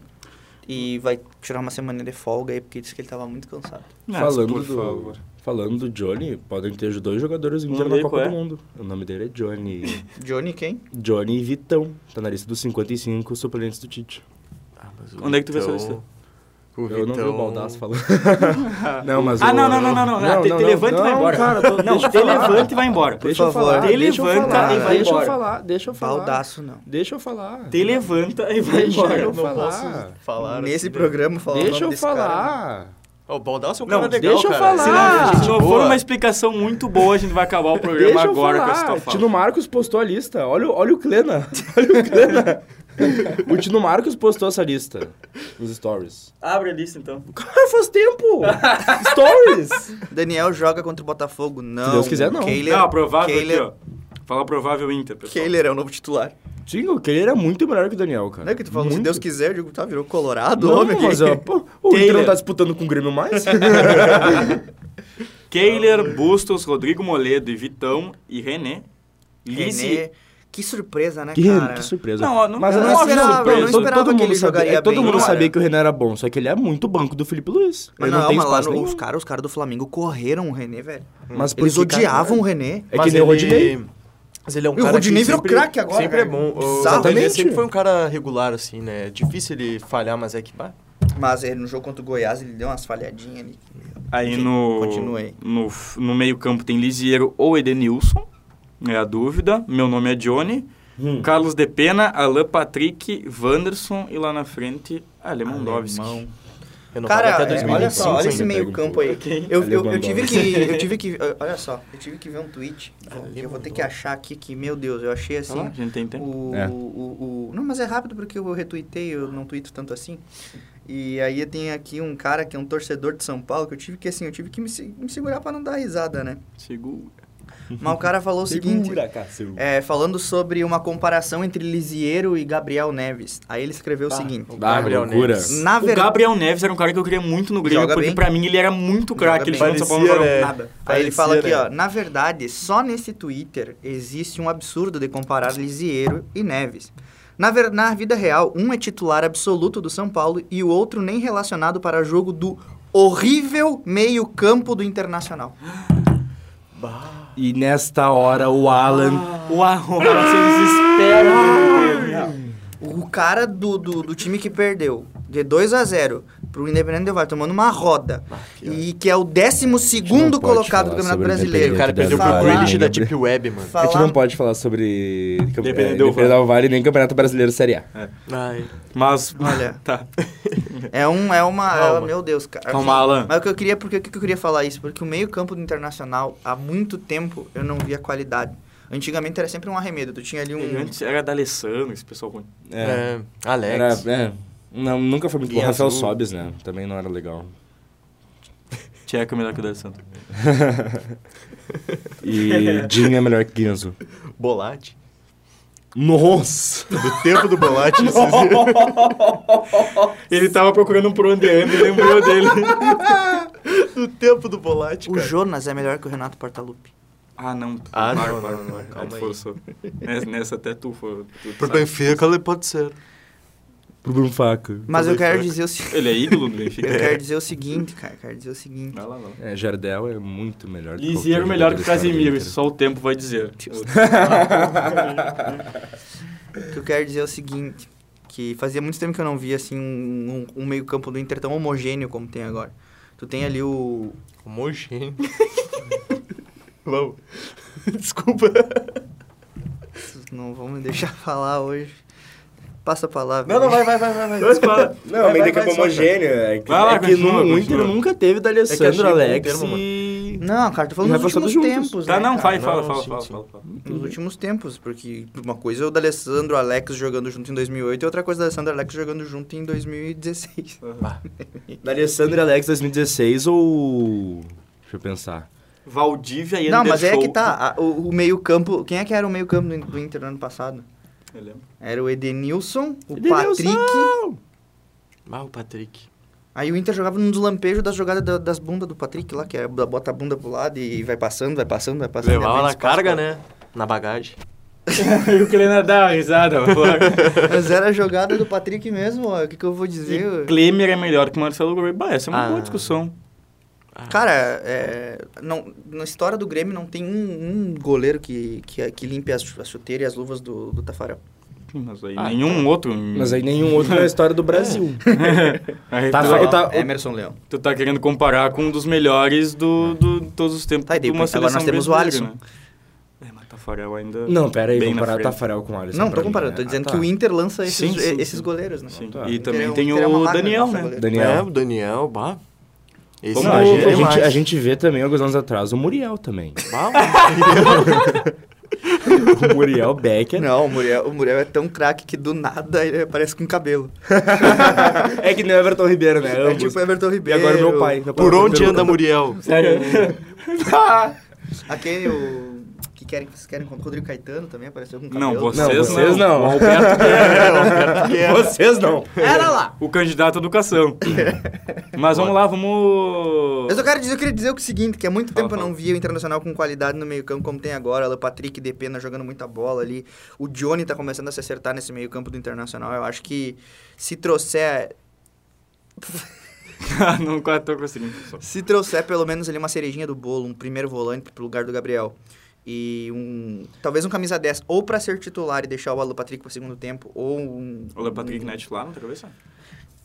A: E vai tirar uma semana de folga aí, porque disse que ele tava muito cansado.
B: Mas,
D: falando,
B: por
D: do,
B: favor.
D: falando do Johnny, podem ter dois jogadores do Inter
B: nome
D: na
B: dele
D: Copa
B: qual é?
D: do Mundo. O nome dele é Johnny.
A: Johnny quem?
D: Johnny e Vitão. Tá na lista dos 55 suplentes do Tite.
C: Ah, mas o
B: Onde é que tu vê essa
C: Vitão-
B: lista?
C: o
D: Então, Eu não vi o
C: Vitão-
D: Baldasso falando. não, mas
B: Ah,
D: o-
B: não, não, não, não, não. Ah, te, te levanta e vai
D: não,
B: embora.
D: cara,
B: não,
D: tô- deixa eu
B: te
D: falar.
B: levanta e vai embora.
A: Por
D: Deixa eu
A: favor.
D: falar.
B: Te
D: deixa eu
B: levanta
D: falar,
A: e vai
D: Deixa eu
B: embora.
D: falar, deixa eu falar.
A: Baldaço, não.
D: Deixa eu falar.
B: Te levanta e vai
D: Deixa
B: embora.
D: eu
C: Não
D: falar.
C: posso falar
A: Nesse
C: assim, né?
A: programa falando
D: Deixa eu falar.
C: Ó, o Baldasso é um
B: Não,
C: cara legal,
D: deixa eu
C: cara.
D: falar.
B: Se não, se
C: Gente
B: não for
C: boa.
B: uma explicação muito boa, a gente vai acabar o programa
D: Deixa eu
B: agora com essa
D: falar.
B: tua
D: O
B: fala.
D: Tino Marcos postou a lista. Olha, o- olha o Klena. Olha o Klena. o Tino Marcos postou essa lista nos stories.
B: Abre a lista então.
D: Cara, faz tempo. stories.
A: Daniel joga contra o Botafogo? Não.
D: Deus quiser, não.
A: Kehler,
B: não, provável
A: Kehler,
B: aqui, ó. Fala provável Inter, pessoal.
A: Kehler é o novo titular.
D: Sim, o Klena era muito melhor que o Daniel, cara.
A: Não é que tu falou, se
D: Muito.
A: Deus quiser, eu digo, tá, virou colorado,
D: Não,
A: homem.
D: mas, ó, pô, o Inter não
B: Kehler.
D: tá disputando com o Grêmio mais?
B: Keiler, Bustos, Rodrigo Moledo e Vitão e René.
A: René,
B: Lise.
A: que surpresa, né,
D: que,
A: cara?
D: que surpresa.
B: Não, ó, não-
D: mas
B: eu
D: não,
B: não
D: é surpresa.
B: esperava, eu não
D: Todo-
A: esperava
D: todo
A: que
D: mundo
A: ele
D: sabia,
A: jogaria
D: é, Todo
A: bem,
D: mundo
A: cara.
D: sabia que o Renan era bom, só que ele é muito banco do Felipe Luiz.
A: Mas
D: ele não,
A: não,
D: tem
A: mas lá
D: espaço
A: no,
D: nenhum.
A: os caras os cara do Flamengo correram o René, velho.
D: Mas por
A: Eles
D: que, cara?
A: odiavam o René.
D: É que
C: Mas
D: nem o
C: ele-
D: Rodinei.
C: Mas ele né? é um
A: E o
C: cara
A: Rodinei
C: que
A: virou
C: sempre-
A: craque agora,
C: Sempre é
A: cara.
C: bom. O
A: Exatamente.
C: Rodinei sempre foi um cara regular, assim, né? É Difícil ele falhar, mas é que... bah,
A: Mas ele, no jogo contra o Goiás, ele deu umas falhadinhas ali.
B: Aí
A: Enfim,
B: no,
A: continua aí.
B: no, no meio-campo tem Lisiero ou Edenilson, é a dúvida. Meu nome é Johnny.
D: Hum.
B: Carlos De Pena, Alain Patrick, Wanderson e lá na frente, ah, Lemondowski.
A: Alemão.
C: renovado
A: Cara,
C: até
A: é, olha só,
C: 2025
A: olha
C: ainda.
A: esse
D: ainda
A: meio
D: pega um
A: campo
D: pouco.
A: aí.
B: Ok.
A: Eu, eu, eu
D: Lewandowski.
A: tive que, eu tive que, olha só, eu tive que ver um tweet, que eu vou ter que achar aqui que, meu Deus, eu achei
B: Tá lá, a
A: assim,
B: gente tem tempo.
A: o,
D: É.
A: o, o- Não, mas é rápido porque eu retuitei, eu não tuito tanto assim. E aí tem aqui um cara que é um torcedor de São Paulo, que eu tive que, assim, eu tive que me, se- me segurar pra não dar risada, né?
B: Segura.
A: Mas o cara
D: é
A: falou o seguinte...
D: Segura, Cássio.
A: É, falando sobre uma comparação entre Lisiero e Gabriel Neves. Aí ele escreveu o seguinte:
D: Ah,
C: Gabriel
D: loucura.
C: Neves.
A: Na
B: Tá, o
A: verdade,
B: Gabriel Neves era um cara que eu queria muito no Grêmio,
A: Joga
B: porque
A: bem.
B: pra mim ele era muito craque. Ele
A: Joga bem.
B: jogou no São Paulo não jogava
C: Parecia,
B: nada.
A: É, Aí ele
C: Parecia,
A: fala aqui,
C: né?
D: é.
A: ó. Na verdade, só nesse Twitter existe um absurdo de comparar Lisiero e Neves. Na, ver- na vida real, um é titular absoluto do São Paulo e o outro nem relacionado para jogo do horrível meio-campo do Internacional.
D: E nesta hora o Alan.
B: Uau, você desespera.
A: O cara do, do, do time que perdeu de 2 a 0 pro Independente Del Valle, tomando uma roda, e que é o 12
D: não pode
A: colocado do Campeonato
D: falar sobre o
A: Brasileiro.
C: O cara perdeu pro
A: Falar-
C: Grealish da Deep Web, mano.
D: A gente não
A: Falar
D: pode falar sobre campe-
B: Dependendo
D: é,
B: do
D: Dependendo do Vale nem Campeonato Brasileiro Série A.
C: Ai,
B: Mas,
A: Olha.
B: tá.
A: É um, é uma, é-
C: Calma.
A: meu Deus, cara.
B: Calma, Alan.
A: Mas o que eu queria, porque o que eu queria falar isso, porque o meio campo do Internacional há muito tempo eu não via qualidade. Antigamente era sempre um arremedo, tu tinha ali
B: E
A: um,
B: Antes era da Alessandro, esse pessoal ruim.
D: É.
C: é, Alex.
D: Era, é. Não, nunca foi muito
C: E
D: bom. Rafael
C: azul.
D: Sobes, né? Também não era legal.
B: Tcheco é melhor que o da Alessandro.
D: E Dinho é melhor que Guinzo.
C: Bolate.
D: Nossa!
C: Do tempo do Bolate. vocês viram?
B: Ele tava procurando por onde anda e lembrou dele.
C: Do tempo do Bolate,
A: o
C: cara.
A: Jonas é melhor que o Renato Portaluppi.
B: Ah, não.
C: Ah,
B: Claro,
C: não,
B: claro,
C: não, não,
B: claro.
C: calma
B: Aí
C: aí.
B: forçou. Nessa, nessa até tu foi. tu- tu
C: Pro
B: sabe.
C: Benfica ele pode ser.
D: Pro Bruno Faca.
A: Mas eu
C: Também
A: quero
C: foi.
A: dizer o se-
B: Ele é ídolo do
A: eu
B: Benfica.
A: quero dizer o seguinte, cara, eu quero dizer o seguinte.
B: Vai lá, vai lá.
D: É, Jardel é muito melhor do
B: Lisieiro
D: qualquer
B: é melhor que o
D: jogador da história do
B: Casimiro,
D: Inter.
B: isso só o tempo vai dizer.
A: O que eu quero dizer é o seguinte, que fazia muito tempo que eu não via assim um, um- um meio-campo do Inter tão homogêneo como tem agora. Tu tem ali o
C: Homogêneo. Low. Desculpa.
A: Vocês Não vão me deixar falar hoje. Passa a palavra.
D: Não, não, vai, vai, vai, vai. vai.
C: Dois para.
D: Não,
C: Vai,
D: meio de
C: vai,
D: campo é
C: vai,
D: homogêneo. É que,
B: Vai lá,
D: é que
B: continua,
D: nu- o
B: continua.
D: Inter nunca teve da Alessandro,
C: É que
D: Alex
C: eu achei bom termo,
D: e...
A: Não, cara, tô falando
D: E
A: dos
D: vai passando
A: últimos
D: juntos.
A: tempos,
B: Tá,
A: né,
B: não, fala,
A: cara?
C: Não,
B: fala,
C: não,
B: fala,
C: sim,
B: fala,
C: sim.
B: fala, fala.
A: Nos últimos tempos, porque uma coisa é o da Alessandro Alex jogando junto em 2008 e outra coisa é o da Alessandro Alex jogando junto em 2016.
D: Da Alessandro Alex 2016 ou... Deixa eu pensar.
B: Valdívia e
A: não, mas é
B: Anderson.
A: que tá. a- o, o meio-campo. Quem é que era o meio-campo do, In- do Inter no ano passado?
B: Eu lembro.
A: Era o Edenilson, o
D: Edenilson!
A: Patrick.
C: Ah, o Patrick.
A: Aí o Inter jogava nos lampejos das jogadas da- das bundas do Patrick lá, que é, bota a bunda pro lado e vai passando, vai passando, vai passando. e
C: Levava
A: abrindo
C: na
A: espaço
C: carga,
A: pra-
C: né? Na bagagem.
B: Eu queria dar uma risada, mas
A: Mas era a jogada do Patrick mesmo, ó. O que, que eu vou dizer?
B: E Klemer é melhor que o Marcelo Groi. Bah, essa é uma
C: Ah.
B: boa discussão.
A: Cara, é, não, na história do Grêmio não tem um, um goleiro que, que, que limpe as, chu- a chuteira e as luvas do, do Tafarel.
B: Mas aí
C: Ah,
B: nenhum
A: tá.
B: outro.
D: Mas aí nenhum outro na história do Brasil.
B: Aí
D: Tá,
B: tu,
D: só- tá-
A: Emerson Leão.
B: tu tá querendo comparar com um dos melhores do, do de todos os tempos
A: Ah. Tá, e
B: de
A: daí
B: uma
A: agora nós
B: seleção
A: temos o
B: brasileira,
A: Alisson.
B: Né? É, mas Tafarel ainda...
D: Não, pera aí,
B: Bem
D: vamos
B: na
D: comparar
A: tá
B: frente.
D: Tafarel com o Alisson.
A: Não,
D: pra
A: tô
D: mim,
A: comparando,
D: né?
A: tô dizendo
D: Ah,
A: que
D: tá.
A: o Inter lança esses,
B: é, Sim, sim,
A: esses
B: sim.
A: goleiros, né?
B: Sim.
D: Tá.
B: E
A: Inter é-
B: também
A: o
B: tem
A: Inter é
B: o
A: uma máquina de
B: Daniel,
A: lançar
B: né?
A: goleiro.
C: É,
D: Daniel.
C: o Daniel, bah. Esse
B: Como
D: Não, a, gente, a,
C: é
D: gente,
C: demais.
D: a gente vê também, alguns anos atrás, o Muriel também.
C: Bah, mano.
D: O Muriel Becker.
A: Não, o Muriel, o Muriel é tão craque que do nada ele aparece com cabelo.
D: É que nem o Everton Ribeiro, né?
A: É tipo Everton
D: E
A: Ribeiro.
D: agora meu pai. meu pai
C: Por
D: é o
C: onde
D: Ribeiro.
C: anda Muriel?
B: Sério?
A: Aquele, o... Que querem, vocês querem contar? Rodrigo Caetano também apareceu com
B: Não,
A: cabelo.
D: Não,
B: vocês não.
D: vocês não.
B: O Alberto que é
D: Vocês não.
A: Era lá!
B: o candidato à educação. Mas vamos lá, vamos...
A: Eu só quero dizer, eu queria dizer o seguinte, que há muito
B: Fala,
A: tempo eu
B: fala.
A: não via o Internacional com qualidade no meio campo como tem agora. O Patrick de Pena jogando muita bola ali. O Johnny tá começando a se acertar nesse meio campo do Internacional. Eu acho que se trouxer...
B: não é tô conseguindo. pessoal.
A: Se trouxer pelo menos ali uma cerejinha do bolo, um primeiro volante pro lugar do Gabriel. E um... Talvez um camisa 10. Ou pra ser titular e deixar o Alan Patrick pro segundo tempo. Ou um...
B: O Patrick né?
A: um...
B: Net lá na cabeça?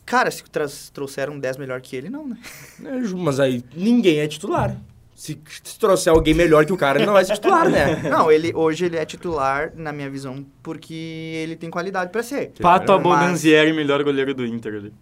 A: Cara, se tra- trouxeram um 10 melhor que ele, não, né?
D: É, Ju, Mas aí ninguém é titular. Se, se trouxer alguém melhor que o cara, ele não vai ser titular, né?
A: Não, ele hoje ele é titular, na minha visão, porque ele tem qualidade pra ser.
B: Pato
A: Mas-
B: Abondanzieri, melhor goleiro do Inter ali.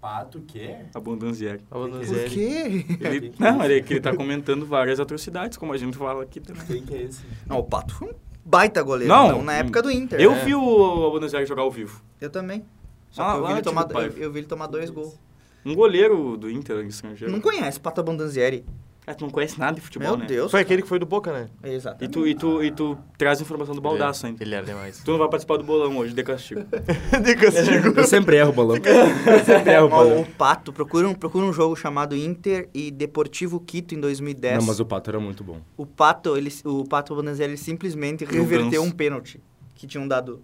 D: Pato o quê?
B: Abondanzieri.
A: Por
B: é.
A: quê?
B: Ele, não, ele, que ele tá comentando várias atrocidades, como a gente fala aqui também.
D: Quem que é esse?
A: Não, o Pato foi um baita goleiro.
B: Não,
A: então, na época do Inter.
B: Eu
A: né?
B: vi o Abondanzieri jogar ao vivo.
A: Eu também. Só
B: Ah,
A: que eu
B: lá,
A: vi, ele
B: tipo,
A: tomar,
B: pai.
A: eu, eu vi ele tomar dois gols.
B: Um goleiro do Inter um estrangeiro.
A: Não conhece Pato Abondanzieri.
B: Ah, tu não conhece nada de futebol,
A: Meu
B: né?
A: Deus.
C: Foi aquele que foi do Boca, né?
A: Exato.
B: E tu, e, tu, e tu traz informação do baldaço ainda.
C: Ele era demais.
B: Tu não vai participar do bolão hoje, de castigo.
C: De castigo.
D: Eu sempre erro o balão. Eu
B: É,
D: sempre erro o
A: Ó,
D: balão.
A: o Pato, procura um, procura um jogo chamado Inter e Deportivo Quito em 2010.
D: Não, mas o Pato era muito bom.
A: O Pato, ele, o Pato Bonanzelli ele simplesmente
B: ganso.
A: reverteu um pênalti que tinham dado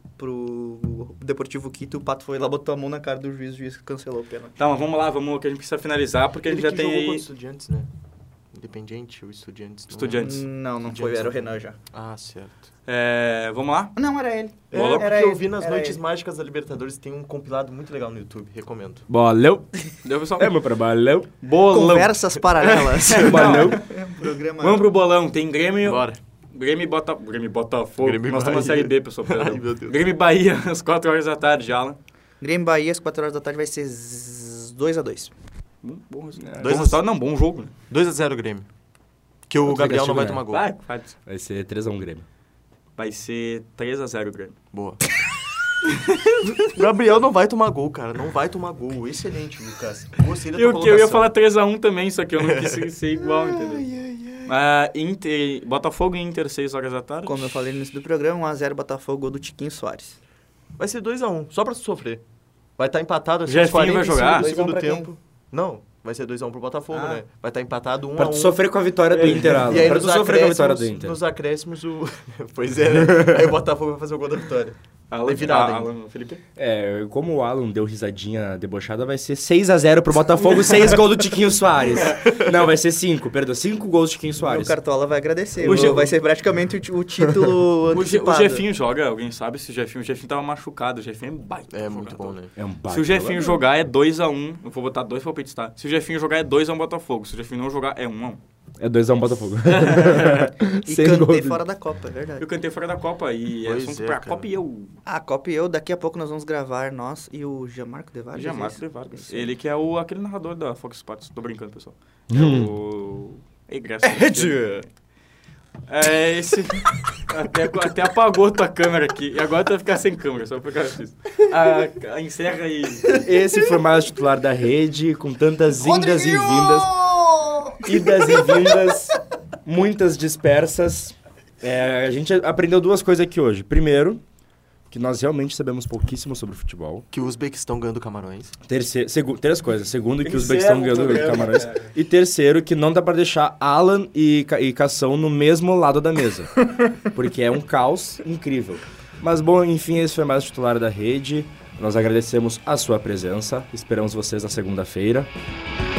A: pro Deportivo Quito. O Pato foi lá, botou a mão na cara do juiz, o juiz cancelou o pênalti.
B: tá, mas vamos lá, vamos, que a gente precisa finalizar, porque a gente
C: Ele
B: já
C: que
B: tem
C: jogou contra
B: aí...
C: estudiantes, né? Independiente ou estudiantes? não
B: Estudiantes. Antes.
A: Não, não
C: Antes.
A: foi, era o Renan já.
C: lembro. Ah, certo.
B: É, vamos lá?
A: Não, era ele.
C: É,
B: Bola,
C: porque
A: era
C: eu
A: ele,
C: vi nas
A: era
C: Noites
A: ele.
C: Mágicas da Libertadores, tem um compilado muito legal no YouTube, recomendo.
D: Bolão.
B: Deu, pessoal?
D: É meu trabalho.
B: bolão.
A: Conversas paralelas.
D: Bolão.
A: É um programa...
B: Vamos pro bolão. Tem Grêmio...
C: Bora.
B: Grêmio e Bota... Grêmio e Botafogo.
C: Grêmio e
B: Nós estamos na
C: Bahia.
B: Série B, pessoal, perdão.
C: Ai, meu Deus.
B: Grêmio e Bahia, às 4 horas da tarde, já, né?
A: Grêmio e Bahia, às 4 horas da tarde, vai ser 2x2.
B: Bom, bom resultado.
C: É. Dois
B: Bom
C: a-
B: resultado, não, bom jogo. né?
C: 2x0 Grêmio. Que o
D: Outro
C: Gabriel não
D: castigo,
C: vai
D: né?
C: tomar gol.
B: Vai, vai.
D: Vai ser 3x1 Grêmio.
B: Vai ser 3x0 o Grêmio.
C: Boa. Gabriel não vai tomar gol, cara. Não vai tomar gol. Excelente, Lucas. Gostei da tua
B: Eu, que eu ia
C: colocação.
B: falar 3x1 também, só que eu não quis ser- ser igual, entendeu? Ah, Inter, Botafogo e Inter, 6 horas da tarde.
A: Como eu falei no início do programa, 1x0 Botafogo, gol do Tiquinho Soares.
C: Vai ser 2x1, só pra tu sofrer. Vai estar empatado assim,
B: Jefinho
C: aos 45
B: vai jogar?
C: do
A: 2 a 1
C: segundo
A: pra quem?
C: tempo. Não, vai ser 2x1 pro Botafogo,
A: Ah.
C: né? Vai estar empatado 1x1.
D: Pra tu sofrer com a vitória do Inter, Alan.
C: E aí
D: Pra
C: nos
D: tu sofrer com a vitória do
C: acréscimos,
D: Inter.
C: nos acréscimos o... pois é, né? Aí o Botafogo vai fazer o gol da vitória.
B: Alan,
C: virada,
B: ah,
C: hein?
B: Alan, Felipe.
D: É, como o Alan deu risadinha debochada, vai ser 6 a 0 pro Botafogo, 6 gols do Tiquinho Soares. Não, vai ser 5, perdão, 5 gols do Tiquinho
A: O
D: Soares.
A: Cartola vai agradecer.
B: O
A: O
B: Ge-
A: vai ser praticamente o, ti- o título
B: O, Ge- o
A: antecipado.
B: Jefinho joga, alguém sabe se o Jefinho... O Jefinho tava machucado, o Jefinho é baita.
C: É muito
B: jogador.
C: bom, né?
D: É um
B: Se o
D: baita
B: Jefinho jogar
D: jogador.
B: é 2x1, eu vou botar dois palpites, tá? Se o Jefinho jogar é 2x1 Botafogo, se o Jefinho não jogar é 1x1.
D: É 2x1 Botafogo.
A: E
D: Sem gol
A: cantei
D: do-
A: fora da Copa, é verdade. Ah,
B: Eu cantei fora da Copa e é
C: Pois
B: assunto
C: é,
B: pra
C: cara.
B: Copa e eu.
A: A Copa e eu, daqui a pouco nós vamos gravar nós e o Gianmarco De Vargas.
B: Jamais
A: é
B: de
A: isso?
B: Vargas.
A: Isso.
B: Ele que é o, aquele narrador da Fox Sports. Tô brincando, pessoal.
D: Hum.
B: É o... Egresso. né? É esse... até, até apagou tua câmera aqui. E agora tu vai ficar sem câmera, só por causa disso. Ah, encerra aí.
D: Esse foi mais o titular da rede, com tantas indas e vindas. Idas e vindas, muitas dispersas. É, a gente aprendeu duas coisas aqui hoje. Primeiro, que nós realmente sabemos pouquíssimo sobre futebol.
C: Que o Uzbequistão ganhando camarões.
D: Terceiro, segu, três coisas. Segundo, que os
B: Encerra
D: Uzbequistão
B: o
D: ganhou do
B: programa,
D: Camarões.
B: cara.
D: E terceiro, que não dá pra deixar Alan e, Ca- e Cação no mesmo lado da mesa. porque é um caos incrível. Mas bom, enfim, esse foi mais o titular da rede. Nós agradecemos a sua presença. Esperamos vocês na segunda-feira.